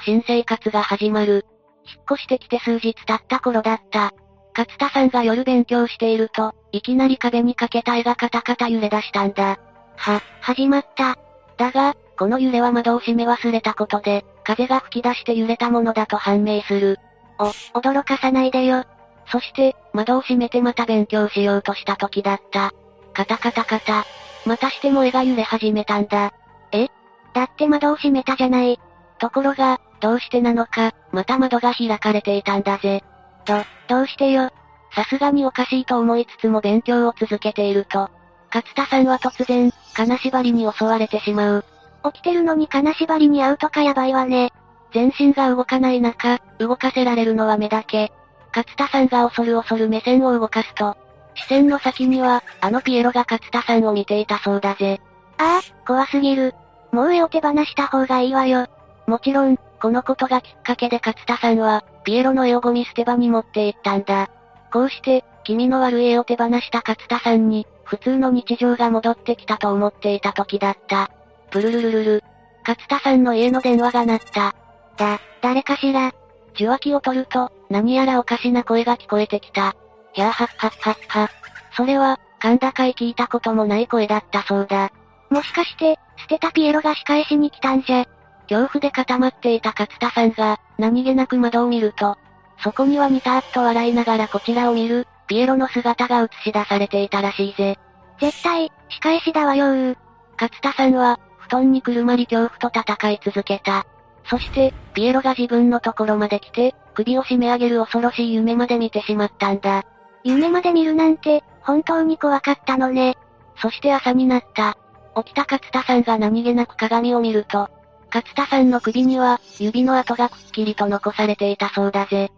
Speaker 2: 新生活が始まる。引っ越してきて数日経った頃だった。勝田さんが夜勉強していると、いきなり壁にかけた絵がカタカタ揺れ出したんだ。
Speaker 1: は、始まった。
Speaker 2: だが、この揺れは窓を閉め忘れたことで、風が吹き出して揺れたものだと判明する。
Speaker 1: お、驚かさないでよ。
Speaker 2: そして、窓を閉めてまた勉強しようとした時だった。カタカタカタ。またしても絵が揺れ始めたんだ。
Speaker 1: えだって窓を閉めたじゃない。
Speaker 2: ところが、どうしてなのか、また窓が開かれていたんだぜ。
Speaker 1: と、どうしてよ。
Speaker 2: さすがにおかしいと思いつつも勉強を続けていると、勝田さんは突然、金縛りに襲われてしまう。
Speaker 1: 起きてるのに金縛りに遭うとかやばいわね。
Speaker 2: 全身が動かない中、動かせられるのは目だけ。勝田さんが恐る恐る目線を動かすと、視線の先には、あのピエロが勝田さんを見ていたそうだぜ。
Speaker 1: ああ、怖すぎる。もう絵を手放した方がいいわよ。
Speaker 2: もちろん、このことがきっかけで勝田さんは、ピエロの絵をゴミ捨て場に持って行ったんだ。こうして、気味の悪い絵を手放した勝田さんに、普通の日常が戻ってきたと思っていた時だった。プルルルルル。勝田さんの家の電話が鳴った。
Speaker 1: だ、誰かしら。
Speaker 2: 受話器を取ると、何やらおかしな声が聞こえてきた。ひゃーはっはっはっは。それは、甲高い聞いたこともない声だったそうだ。
Speaker 1: もしかして、捨てたピエロが仕返しに来たんじゃ。
Speaker 2: 恐怖で固まっていた勝田さんが、何気なく窓を見ると、そこにはニターっと笑いながらこちらを見る、ピエロの姿が映し出されていたらしいぜ。
Speaker 1: 絶対、仕返しだわよー。
Speaker 2: 勝田さんは、布団にくるまり恐怖と戦い続けた。そして、ピエロが自分のところまで来て、首を締め上げる恐ろしい夢まで見てしまったんだ。
Speaker 1: 夢まで見るなんて、本当に怖かったのね。
Speaker 2: そして朝になった。起きた勝田さんが何気なく鏡を見ると、勝田さんの首には、指の跡がくっきりと残されていたそうだぜ。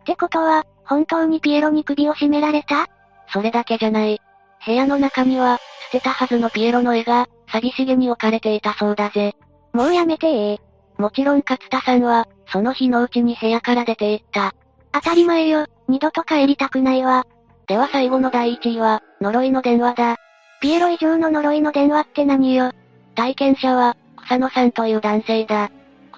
Speaker 1: ってことは、本当にピエロに首を絞められた
Speaker 2: それだけじゃない。部屋の中には、捨てたはずのピエロの絵が、寂しげに置かれていたそうだぜ。
Speaker 1: もうやめてえ
Speaker 2: もちろん勝田さんは、その日のうちに部屋から出て行った。
Speaker 1: 当たり前よ、二度と帰りたくないわ。
Speaker 2: では最後の第1位は、呪いの電話だ。
Speaker 1: ピエロ以上の呪いの電話って何よ
Speaker 2: 体験者は、草野さんという男性だ。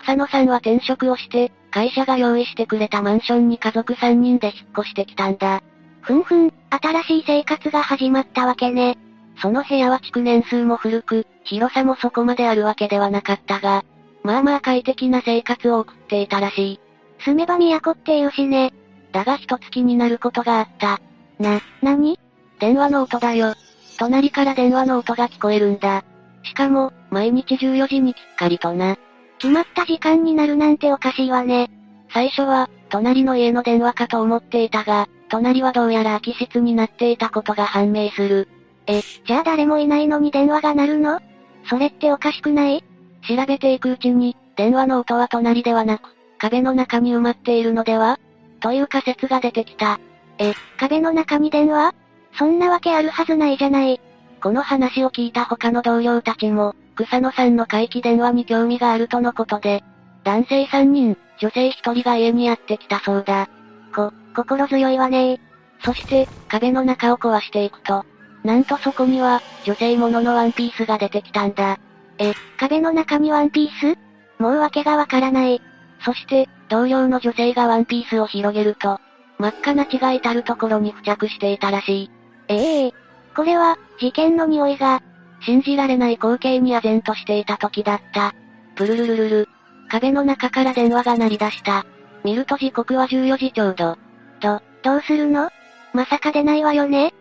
Speaker 2: 草野さんは転職をして、会社が用意してくれたマンションに家族3人で引っ越してきたんだ。
Speaker 1: ふんふん、新しい生活が始まったわけね。
Speaker 2: その部屋は築年数も古く、広さもそこまであるわけではなかったが、まあまあ快適な生活を送っていたらしい。
Speaker 1: 住めば都っていうしね。
Speaker 2: だが一月になることがあった。
Speaker 1: な、なに
Speaker 2: 電話の音だよ。隣から電話の音が聞こえるんだ。しかも、毎日14時にきっかりとな。
Speaker 1: 決まった時間になるなんておかしいわね。
Speaker 2: 最初は、隣の家の電話かと思っていたが、隣はどうやら空き室になっていたことが判明する。
Speaker 1: え、じゃあ誰もいないのに電話が鳴るのそれっておかしくない
Speaker 2: 調べていくうちに、電話の音は隣ではなく、壁の中に埋まっているのではという仮説が出てきた。
Speaker 1: え、壁の中に電話そんなわけあるはずないじゃない。
Speaker 2: この話を聞いた他の同僚たちも、草野さんの怪奇電話に興味があるとのことで、男性3人、女性1人が家にやってきたそうだ。
Speaker 1: こ、心強いわね
Speaker 2: そして、壁の中を壊していくと、なんとそこには、女性もののワンピースが出てきたんだ。
Speaker 1: え、壁の中にワンピースもうわけがわからない。
Speaker 2: そして、同僚の女性がワンピースを広げると、真っ赤な血が至るところに付着していたらしい。
Speaker 1: ええー、これは、事件の匂いが、
Speaker 2: 信じられない光景に唖然としていた時だった。ブルルルルル。壁の中から電話が鳴り出した。見ると時刻は14時ちょうど。
Speaker 1: ど、どうするのまさか出ないわよね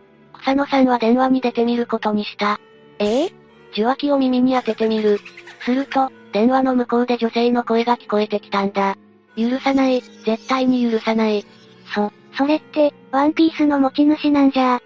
Speaker 2: 草野さんは電話に出てみることにした。
Speaker 1: ええー、
Speaker 2: 受話器を耳に当ててみる。すると、電話の向こうで女性の声が聞こえてきたんだ。許さない、絶対に許さない。
Speaker 1: そ、それって、ワンピースの持ち主なんじゃ。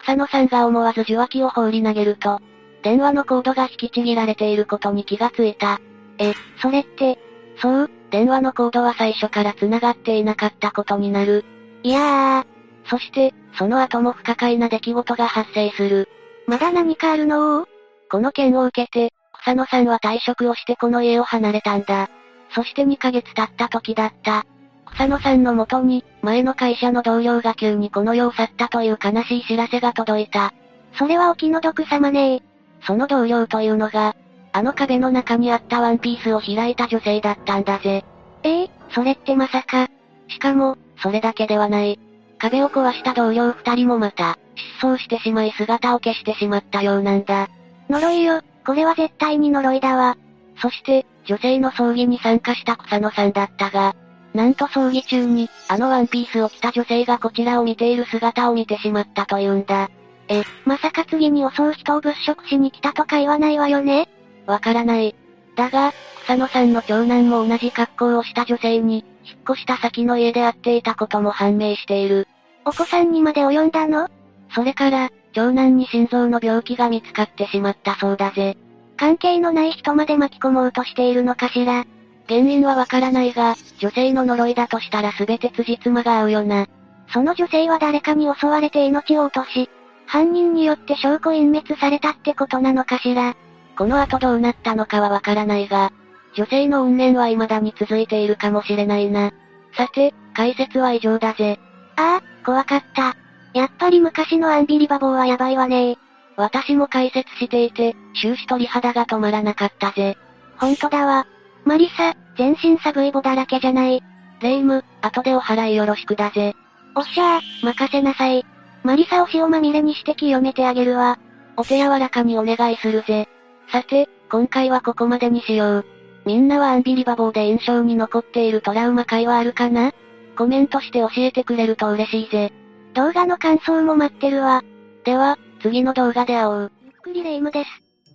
Speaker 2: 草野さんが思わず受話器を放り投げると、電話のコードが引きちぎられていることに気がついた。
Speaker 1: え、それって、
Speaker 2: そう、電話のコードは最初から繋がっていなかったことになる。
Speaker 1: いや
Speaker 2: ー。そして、その後も不可解な出来事が発生する。
Speaker 1: まだ何かあるの
Speaker 2: この件を受けて、草野さんは退職をしてこの家を離れたんだ。そして2ヶ月経った時だった。草野さんの元に、前の会社の同僚が急にこの世を去ったという悲しい知らせが届いた。
Speaker 1: それはお気の毒様ね
Speaker 2: その同僚というのが、あの壁の中にあったワンピースを開いた女性だったんだぜ。
Speaker 1: ええー、それってまさか。
Speaker 2: しかも、それだけではない。壁を壊した同僚二人もまた、失踪してしまい姿を消してしまったようなんだ。
Speaker 1: 呪いよ、これは絶対に呪いだわ。
Speaker 2: そして、女性の葬儀に参加した草野さんだったが、なんと葬儀中に、あのワンピースを着た女性がこちらを見ている姿を見てしまったというんだ。
Speaker 1: え、まさか次に襲う人を物色しに来たとか言わないわよね
Speaker 2: わからない。だが、草野さんの長男も同じ格好をした女性に、引っ越した先の家で会っていたことも判明している。
Speaker 1: お子さんにまで及んだの
Speaker 2: それから、長男に心臓の病気が見つかってしまったそうだぜ。
Speaker 1: 関係のない人まで巻き込もうとしているのかしら。
Speaker 2: 原因はわからないが、女性の呪いだとしたら全て辻褄が合うよな。
Speaker 1: その女性は誰かに襲われて命を落とし、犯人によって証拠隠滅されたってことなのかしら。
Speaker 2: この後どうなったのかはわからないが、女性の怨念は未だに続いているかもしれないな。さて、解説は以上だぜ。
Speaker 1: ああ、怖かった。やっぱり昔のアンビリバボーはやばいわね
Speaker 2: 私も解説していて、終始鳥肌が止まらなかったぜ。
Speaker 1: ほんとだわ。マリサ、全身寒いボだらけじゃない。
Speaker 2: レイム、後でお払いよろしくだぜ。
Speaker 1: おっしゃー、任せなさい。マリサを塩まみれにして清めてあげるわ。
Speaker 2: お手柔らかにお願いするぜ。さて、今回はここまでにしよう。みんなはアンビリバボーで印象に残っているトラウマ会はあるかなコメントして教えてくれると嬉しいぜ。
Speaker 1: 動画の感想も待ってるわ。
Speaker 2: では、次の動画で会おう。
Speaker 1: ゆっくりレ夢ムです。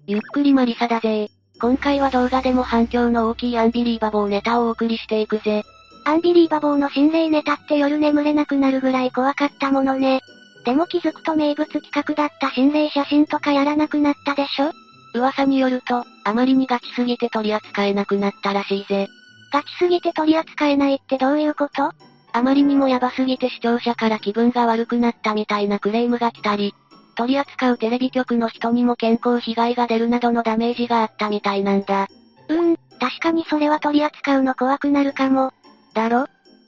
Speaker 2: ゆっくりマリサだぜ。今回は動画でも反響の大きいアンビリーバボーネタをお送りしていくぜ。
Speaker 1: アンビリーバボーの心霊ネタって夜眠れなくなるぐらい怖かったものね。でも気づくと名物企画だった心霊写真とかやらなくなったでしょ
Speaker 2: 噂によると、あまりにガチすぎて取り扱えなくなったらしいぜ。
Speaker 1: ガチすぎて取り扱えないってどういうこと
Speaker 2: あまりにもヤバすぎて視聴者から気分が悪くなったみたいなクレームが来たり、取り扱うテレビ局の人にも健康被害が出るなどのダメージがあったみたいなんだ。
Speaker 1: うーん、確かにそれは取り扱うの怖くなるかも。
Speaker 2: だろ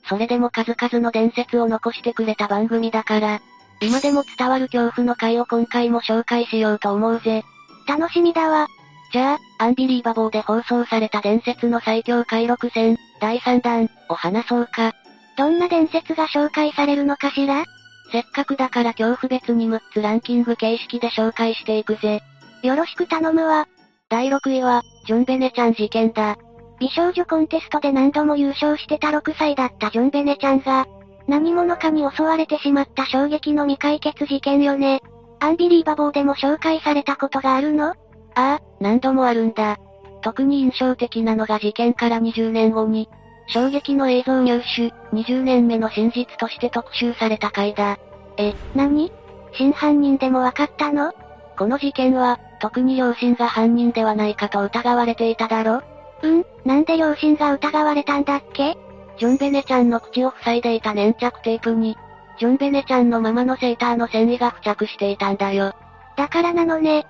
Speaker 2: それでも数々の伝説を残してくれた番組だから、今でも伝わる恐怖の回を今回も紹介しようと思うぜ。
Speaker 1: 楽しみだわ。
Speaker 2: じゃあ、アンビリーバボーで放送された伝説の最強回6戦、第3弾、を話そうか。
Speaker 1: どんな伝説が紹介されるのかしら
Speaker 2: せっかくだから恐怖別に6つランキング形式で紹介していくぜ。
Speaker 1: よろしく頼むわ。
Speaker 2: 第6位は、ジョン・ベネちゃん事件だ。
Speaker 1: 美少女コンテストで何度も優勝してた6歳だったジョンベネちゃんが、何者かに襲われてしまった衝撃の未解決事件よね。アンビリーバボーでも紹介されたことがあるの
Speaker 2: ああ、何度もあるんだ。特に印象的なのが事件から20年後に、衝撃の映像入手、20年目の真実として特集された回だ。
Speaker 1: え、何真犯人でもわかったの
Speaker 2: この事件は、特に両親が犯人ではないかと疑われていただろ
Speaker 1: うんなんで両親が疑われたんだっけ
Speaker 2: ジョンベネちゃんの口を塞いでいた粘着テープに、ジョンベネちゃんのママのセーターの繊維が付着していたんだよ。
Speaker 1: だからなのね。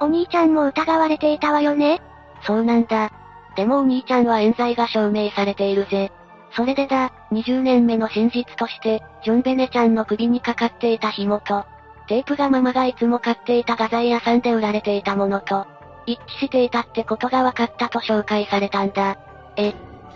Speaker 1: お兄ちゃんも疑われていたわよね
Speaker 2: そうなんだ。でもお兄ちゃんは冤罪が証明されているぜ。それでだ、20年目の真実として、ジョンベネちゃんの首にかかっていた紐と、テープがママがいつも買っていた画材屋さんで売られていたものと、一致していたってことが分かったと紹介されたんだ。
Speaker 1: え、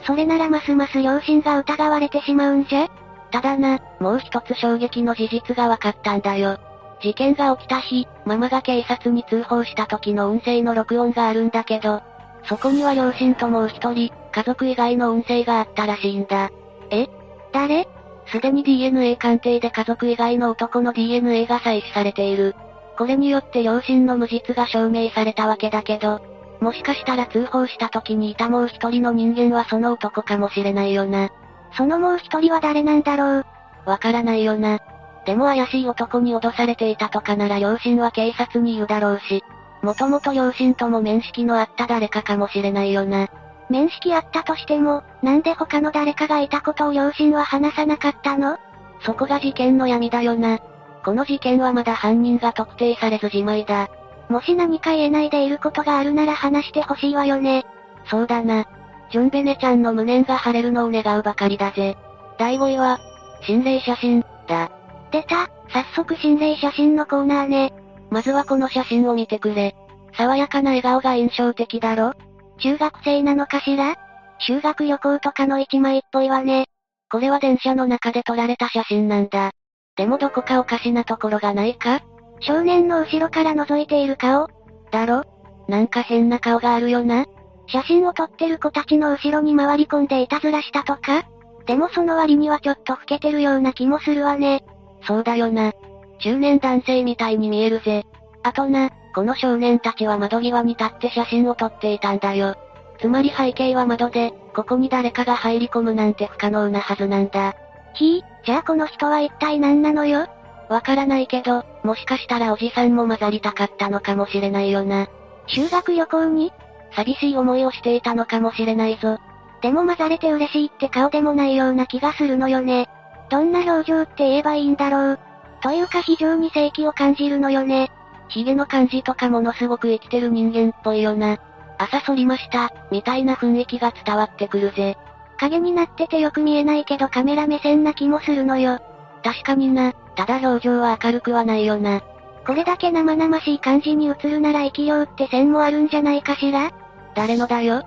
Speaker 1: それならますます両親が疑われてしまうんじゃ
Speaker 2: ただな、もう一つ衝撃の事実が分かったんだよ。事件が起きた日、ママが警察に通報した時の音声の録音があるんだけど、そこには両親ともう一人、家族以外の音声があったらしいんだ。
Speaker 1: え誰
Speaker 2: すでに DNA 鑑定で家族以外の男の DNA が採取されている。これによって両親の無実が証明されたわけだけど、もしかしたら通報した時にいたもう一人の人間はその男かもしれないよな。
Speaker 1: そのもう一人は誰なんだろう
Speaker 2: わからないよな。でも怪しい男に脅されていたとかなら両親は警察に言うだろうし、もともと両親とも面識のあった誰かかもしれないよな。
Speaker 1: 面識あったとしても、なんで他の誰かがいたことを両親は話さなかったの
Speaker 2: そこが事件の闇だよな。この事件はまだ犯人が特定されずじまいだ。
Speaker 1: もし何か言えないでいることがあるなら話してほしいわよね。
Speaker 2: そうだな。ジョンベネちゃんの無念が晴れるのを願うばかりだぜ。第5位は、心霊写真、だ。
Speaker 1: 出た、早速心霊写真のコーナーね。
Speaker 2: まずはこの写真を見てくれ。爽やかな笑顔が印象的だろ
Speaker 1: 中学生なのかしら修学旅行とかの一枚っぽいわね。
Speaker 2: これは電車の中で撮られた写真なんだ。でもどこかおかしなところがないか
Speaker 1: 少年の後ろから覗いている顔
Speaker 2: だろなんか変な顔があるよな。
Speaker 1: 写真を撮ってる子たちの後ろに回り込んでいたずらしたとかでもその割にはちょっと老けてるような気もするわね。
Speaker 2: そうだよな。中年男性みたいに見えるぜ。あとな、この少年たちは窓際に立って写真を撮っていたんだよ。つまり背景は窓で、ここに誰かが入り込むなんて不可能なはずなんだ。
Speaker 1: ひぃ、じゃあこの人は一体何なのよ
Speaker 2: わからないけど、もしかしたらおじさんも混ざりたかったのかもしれないよな。
Speaker 1: 修学旅行に
Speaker 2: 寂しい思いをしていたのかもしれないぞ。
Speaker 1: でも混ざれて嬉しいって顔でもないような気がするのよね。どんな表情って言えばいいんだろう。というか非常に正気を感じるのよね。
Speaker 2: ヒゲの感じとかものすごく生きてる人間っぽいよな。朝剃りました、みたいな雰囲気が伝わってくるぜ。
Speaker 1: 影になっててよく見えないけどカメラ目線な気もするのよ。
Speaker 2: 確かにな、ただ表情は明るくはないよな。
Speaker 1: これだけ生々しい感じに映るなら生きようって線もあるんじゃないかしら
Speaker 2: 誰のだよ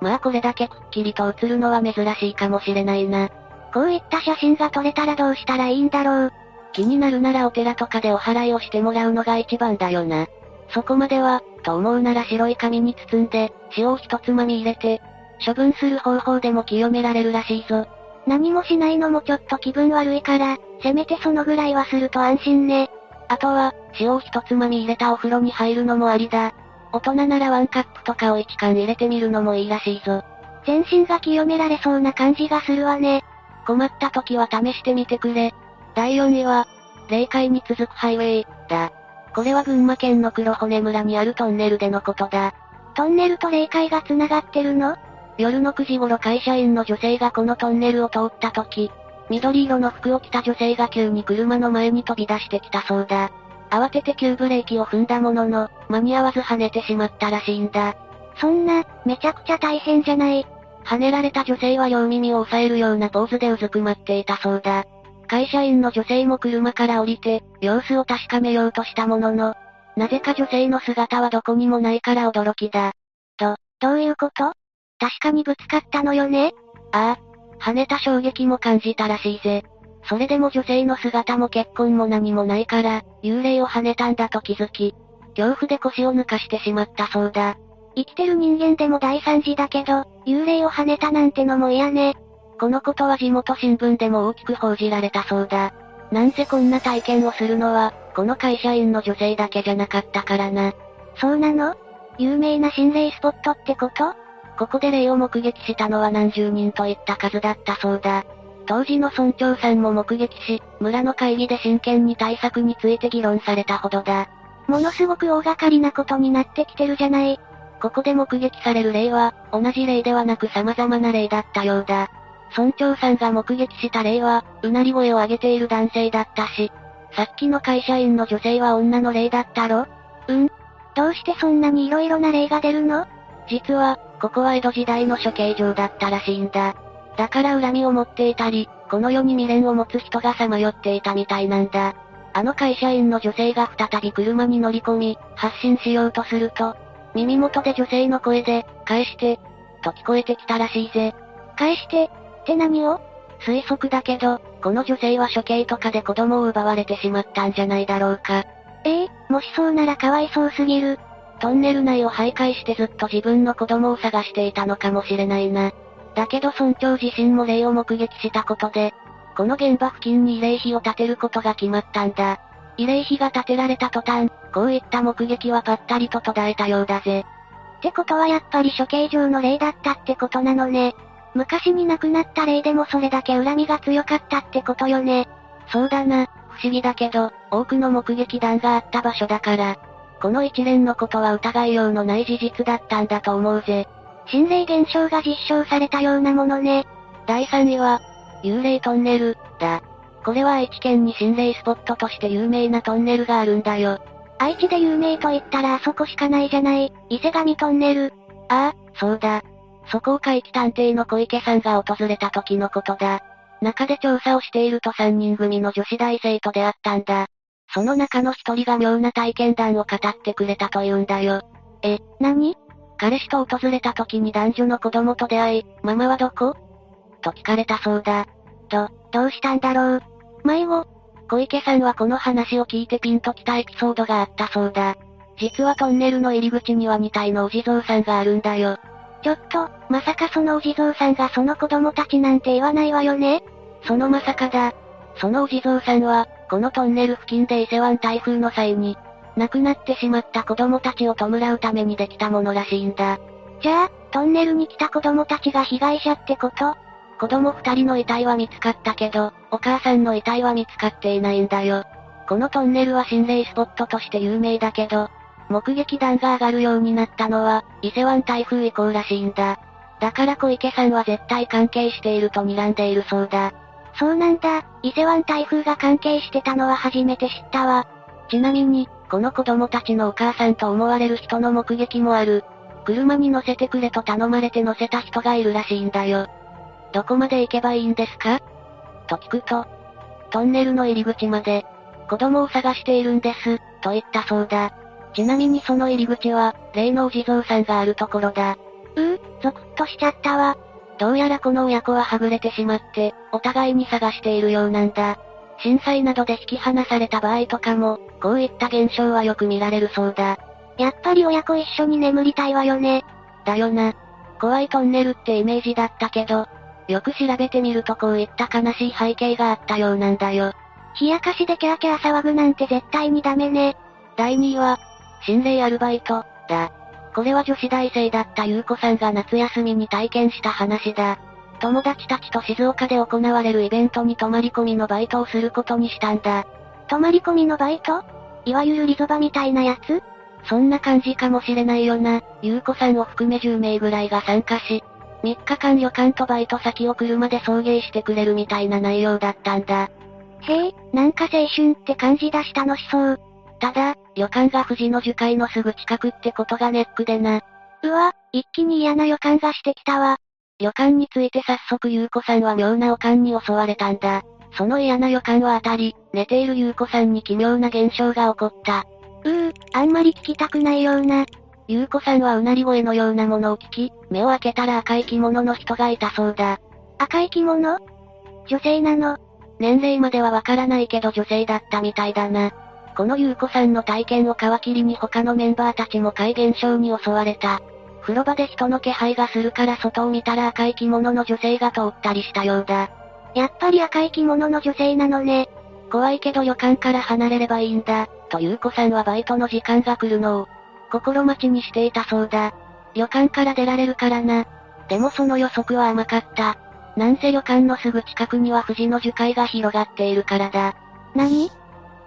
Speaker 2: まあこれだけくっきりと映るのは珍しいかもしれないな。
Speaker 1: こういった写真が撮れたらどうしたらいいんだろう。
Speaker 2: 気になるならお寺とかでお祓いをしてもらうのが一番だよな。そこまでは、と思うなら白い紙に包んで、塩を一つまみ入れて、処分する方法でも清められるらしいぞ。
Speaker 1: 何もしないのもちょっと気分悪いから、せめてそのぐらいはすると安心ね。
Speaker 2: あとは、塩を一つまみ入れたお風呂に入るのもありだ。大人ならワンカップとかを一缶入れてみるのもいいらしいぞ。
Speaker 1: 全身が清められそうな感じがするわね。
Speaker 2: 困った時は試してみてくれ。第4位は、霊界に続くハイウェイ、だ。これは群馬県の黒骨村にあるトンネルでのことだ。
Speaker 1: トンネルと霊界が繋がってるの
Speaker 2: 夜の9時頃会社員の女性がこのトンネルを通った時、緑色の服を着た女性が急に車の前に飛び出してきたそうだ。慌てて急ブレーキを踏んだものの、間に合わず跳ねてしまったらしいんだ。
Speaker 1: そんな、めちゃくちゃ大変じゃない。
Speaker 2: 跳ねられた女性は両耳を押さえるようなポーズでうずくまっていたそうだ。会社員の女性も車から降りて、様子を確かめようとしたものの、なぜか女性の姿はどこにもないから驚きだ。
Speaker 1: と、どういうこと確かにぶつかったのよね
Speaker 2: ああ、跳ねた衝撃も感じたらしいぜ。それでも女性の姿も血痕も何もないから、幽霊を跳ねたんだと気づき、恐怖で腰を抜かしてしまったそうだ。
Speaker 1: 生きてる人間でも大惨事だけど、幽霊を跳ねたなんてのも嫌ね。
Speaker 2: このことは地元新聞でも大きく報じられたそうだ。なんせこんな体験をするのは、この会社員の女性だけじゃなかったからな。
Speaker 1: そうなの有名な心霊スポットってこと
Speaker 2: ここで霊を目撃したのは何十人といった数だったそうだ。当時の村長さんも目撃し、村の会議で真剣に対策について議論されたほどだ。
Speaker 1: ものすごく大掛かりなことになってきてるじゃない。
Speaker 2: ここで目撃される霊は、同じ霊ではなく様々な霊だったようだ。村長さんが目撃した霊は、うなり声を上げている男性だったし、さっきの会社員の女性は女の霊だったろ
Speaker 1: うん。どうしてそんなに色々な霊が出るの
Speaker 2: 実は、ここは江戸時代の処刑場だったらしいんだ。だから恨みを持っていたり、この世に未練を持つ人がさまよっていたみたいなんだ。あの会社員の女性が再び車に乗り込み、発信しようとすると、耳元で女性の声で、返して、と聞こえてきたらしいぜ。
Speaker 1: 返して、って何を
Speaker 2: 推測だけど、この女性は処刑とかで子供を奪われてしまったんじゃないだろうか。
Speaker 1: ええー、もしそうならかわいそうすぎる。
Speaker 2: トンネル内を徘徊してずっと自分の子供を探していたのかもしれないな。だけど村長自身も霊を目撃したことで、この現場付近に慰霊碑を建てることが決まったんだ。慰霊碑が建てられた途端、こういった目撃はぱったりと途絶えたようだぜ。
Speaker 1: ってことはやっぱり処刑場の霊だったってことなのね。昔に亡くなった霊でもそれだけ恨みが強かったってことよね。
Speaker 2: そうだな、不思議だけど、多くの目撃談があった場所だから。この一連のことは疑いようのない事実だったんだと思うぜ。
Speaker 1: 心霊現象が実証されたようなものね。
Speaker 2: 第3位は、幽霊トンネル、だ。これは愛知県に心霊スポットとして有名なトンネルがあるんだよ。
Speaker 1: 愛知で有名と言ったらあそこしかないじゃない、伊勢神トンネル。
Speaker 2: ああ、そうだ。そこを怪奇探偵の小池さんが訪れた時のことだ。中で調査をしていると3人組の女子大生と出会ったんだ。その中の一人が妙な体験談を語ってくれたというんだよ。
Speaker 1: え、何
Speaker 2: 彼氏と訪れた時に男女の子供と出会い、ママはどこと聞かれたそうだ。
Speaker 1: ど、どうしたんだろう迷子。
Speaker 2: 小池さんはこの話を聞いてピンときたエピソードがあったそうだ。実はトンネルの入り口には2体のお地蔵さんがあるんだよ。
Speaker 1: ちょっと、まさかそのお地蔵さんがその子供たちなんて言わないわよね
Speaker 2: そのまさかだ。そのお地蔵さんは、このトンネル付近で伊勢湾台風の際に、亡くなってしまった子供たちを弔うためにできたものらしいんだ。
Speaker 1: じゃあ、トンネルに来た子供たちが被害者ってこと
Speaker 2: 子供二人の遺体は見つかったけど、お母さんの遺体は見つかっていないんだよ。このトンネルは心霊スポットとして有名だけど、目撃談が上がるようになったのは、伊勢湾台風以降らしいんだ。だから小池さんは絶対関係していると睨んでいるそうだ。
Speaker 1: そうなんだ、伊勢湾台風が関係してたのは初めて知ったわ。
Speaker 2: ちなみに、この子供たちのお母さんと思われる人の目撃もある。車に乗せてくれと頼まれて乗せた人がいるらしいんだよ。どこまで行けばいいんですかと聞くと、トンネルの入り口まで、子供を探しているんです、と言ったそうだ。ちなみにその入り口は、霊のお地蔵さんがあるところだ。
Speaker 1: うー、ゾクッとしちゃったわ。
Speaker 2: どうやらこの親子ははぐれてしまって、お互いに探しているようなんだ。震災などで引き離された場合とかも、こういった現象はよく見られるそうだ。
Speaker 1: やっぱり親子一緒に眠りたいわよね。
Speaker 2: だよな。怖いトンネルってイメージだったけど、よく調べてみるとこういった悲しい背景があったようなんだよ。
Speaker 1: 冷やかしでキャーキャー騒ぐなんて絶対にダメね。
Speaker 2: 第2位は、心霊アルバイト、だ。これは女子大生だった優子さんが夏休みに体験した話だ。友達たちと静岡で行われるイベントに泊まり込みのバイトをすることにしたんだ。
Speaker 1: 泊まり込みのバイトいわゆるリゾバみたいなやつ
Speaker 2: そんな感じかもしれないよな、優子さんを含め10名ぐらいが参加し、3日間旅館とバイト先を車で送迎してくれるみたいな内容だったんだ。
Speaker 1: へえ、なんか青春って感じだし楽しそう。
Speaker 2: ただ、旅館が富士の樹海のすぐ近くってことがネックでな。
Speaker 1: うわ、一気に嫌な予感がしてきたわ。
Speaker 2: 旅館について早速優子さんは妙な予感に襲われたんだ。その嫌な予感は当たり、寝ている優子さんに奇妙な現象が起こった。
Speaker 1: うー、あんまり聞きたくないような。
Speaker 2: 優子さんはうなり声のようなものを聞き、目を開けたら赤い着物の人がいたそうだ。
Speaker 1: 赤い着物女性なの
Speaker 2: 年齢まではわからないけど女性だったみたいだな。この優子さんの体験を皮切りに他のメンバーたちも怪現象に襲われた。風呂場で人の気配がするから外を見たら赤い着物の女性が通ったりしたようだ。
Speaker 1: やっぱり赤い着物の女性なのね。
Speaker 2: 怖いけど旅館から離れればいいんだ、と優子さんはバイトの時間が来るのを、心待ちにしていたそうだ。旅館から出られるからな。でもその予測は甘かった。なんせ旅館のすぐ近くには富士の樹海が広がっているからだ。
Speaker 1: 何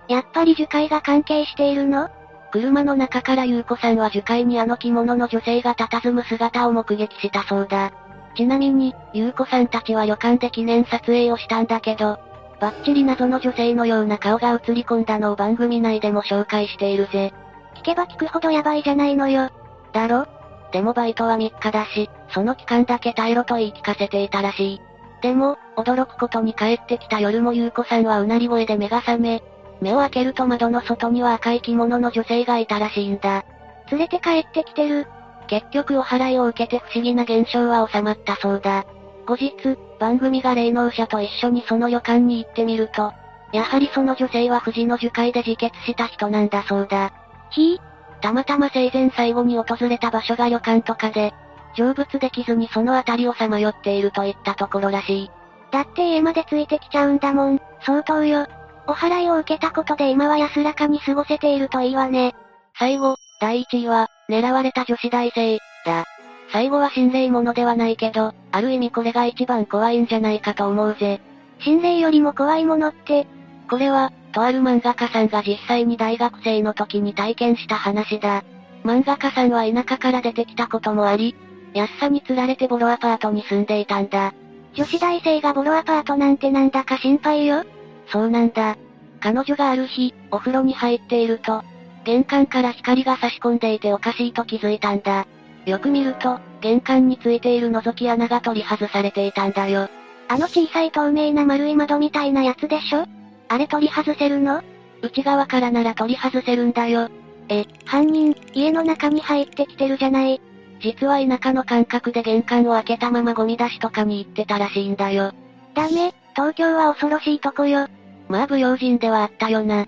Speaker 1: やっぱり樹海が関係しているの
Speaker 2: 車の中から優子さんは樹海にあの着物の女性が佇む姿を目撃したそうだ。ちなみに、優子さんたちは旅館で記念撮影をしたんだけど、バッチリ謎の女性のような顔が映り込んだのを番組内でも紹介しているぜ。
Speaker 1: 聞けば聞くほどやばいじゃないのよ。
Speaker 2: だろでもバイトは3日だし、その期間だけ耐えろと言い聞かせていたらしい。でも、驚くことに帰ってきた夜も優子さんはうなり声で目が覚め、目を開けると窓の外には赤い着物の女性がいたらしいんだ。
Speaker 1: 連れて帰ってきてる。
Speaker 2: 結局お祓いを受けて不思議な現象は収まったそうだ。後日、番組が霊能者と一緒にその旅館に行ってみると、やはりその女性は富士の樹海で自決した人なんだそうだ。
Speaker 1: ひ
Speaker 2: たまたま生前最後に訪れた場所が旅館とかで、成仏できずにその辺りをさまよっているといったところらしい。
Speaker 1: だって家までついてきちゃうんだもん、相当よ。お祓いを受けたことで今は安らかに過ごせているといいわね。
Speaker 2: 最後、第1位は、狙われた女子大生、だ。最後は心霊ものではないけど、ある意味これが一番怖いんじゃないかと思うぜ。
Speaker 1: 心霊よりも怖いものって、
Speaker 2: これは、とある漫画家さんが実際に大学生の時に体験した話だ。漫画家さんは田舎から出てきたこともあり、安さにつられてボロアパートに住んでいたんだ。
Speaker 1: 女子大生がボロアパートなんてなんだか心配よ。
Speaker 2: そうなんだ。彼女がある日、お風呂に入っていると、玄関から光が差し込んでいておかしいと気づいたんだ。よく見ると、玄関についている覗き穴が取り外されていたんだよ。
Speaker 1: あの小さい透明な丸い窓みたいなやつでしょあれ取り外せるの
Speaker 2: 内側からなら取り外せるんだよ。
Speaker 1: え、犯人、家の中に入ってきてるじゃない。
Speaker 2: 実は田舎の感覚で玄関を開けたままゴミ出しとかに行ってたらしいんだよ。
Speaker 1: ダメ、東京は恐ろしいとこよ。
Speaker 2: まあ不用心ではあったよな。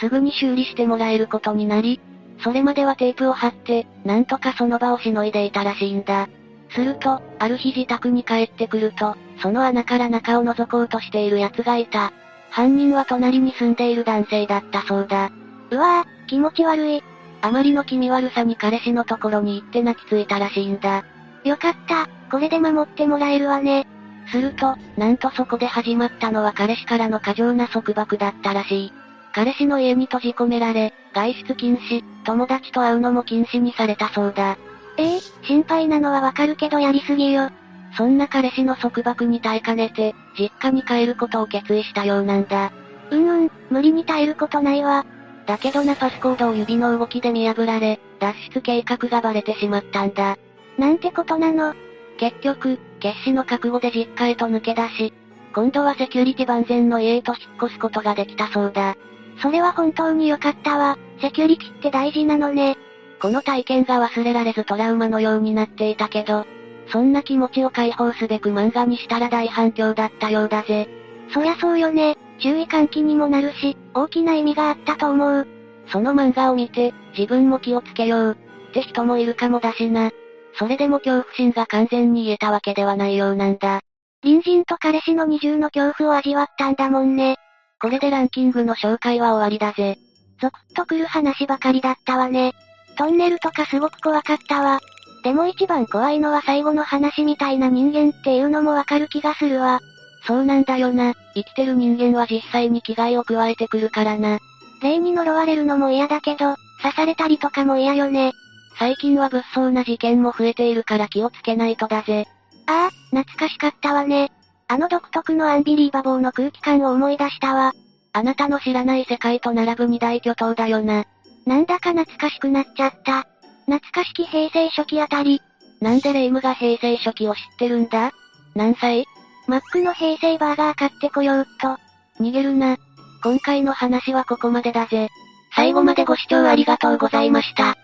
Speaker 2: すぐに修理してもらえることになり、それまではテープを貼って、なんとかその場をしのいでいたらしいんだ。すると、ある日自宅に帰ってくると、その穴から中を覗こうとしている奴がいた。犯人は隣に住んでいる男性だったそうだ。
Speaker 1: うわぁ、気持ち悪い。
Speaker 2: あまりの気味悪さに彼氏のところに行って泣きついたらしいんだ。
Speaker 1: よかった、これで守ってもらえるわね。
Speaker 2: すると、なんとそこで始まったのは彼氏からの過剰な束縛だったらしい。彼氏の家に閉じ込められ、外出禁止、友達と会うのも禁止にされたそうだ。
Speaker 1: ええー、心配なのはわかるけどやりすぎよ。
Speaker 2: そんな彼氏の束縛に耐えかねて、実家に帰ることを決意したようなんだ。
Speaker 1: うんうん、無理に耐えることないわ。
Speaker 2: だけどなパスコードを指の動きで見破られ、脱出計画がバレてしまったんだ。
Speaker 1: なんてことなの。
Speaker 2: 結局、決死の覚悟で実家へと抜け出し、今度はセキュリティ万全の家へと引っ越すことができたそうだ。
Speaker 1: それは本当に良かったわ。セキュリティって大事なのね。
Speaker 2: この体験が忘れられずトラウマのようになっていたけど、そんな気持ちを解放すべく漫画にしたら大反響だったようだぜ。
Speaker 1: そりゃそうよね。注意喚起にもなるし、大きな意味があったと思う。
Speaker 2: その漫画を見て、自分も気をつけよう。って人もいるかもだしな。それでも恐怖心が完全に癒えたわけではないようなんだ。隣人と彼氏の二重の恐怖を味わったんだもんね。
Speaker 3: これでランキングの紹介は終わりだぜ。
Speaker 2: ゾクッとくる話ばかりだったわね。トンネルとかすごく怖かったわ。でも一番怖いのは最後の話みたいな人間っていうのもわかる気がするわ。
Speaker 3: そうなんだよな。生きてる人間は実際に危害を加えてくるからな。
Speaker 2: 霊に呪われるのも嫌だけど、刺されたりとかも嫌よね。
Speaker 3: 最近は物騒な事件も増えているから気をつけないとだぜ。
Speaker 2: ああ、懐かしかったわね。あの独特のアンビリーバボーの空気感を思い出したわ。
Speaker 3: あなたの知らない世界と並ぶ二大巨頭だよな。
Speaker 2: なんだか懐かしくなっちゃった。懐かしき平成初期あたり。
Speaker 3: なんでレイムが平成初期を知ってるんだ何歳
Speaker 2: マックの平成バーガー買ってこようっと。
Speaker 3: 逃げるな。今回の話はここまでだぜ。
Speaker 2: 最後までご視聴ありがとうございました。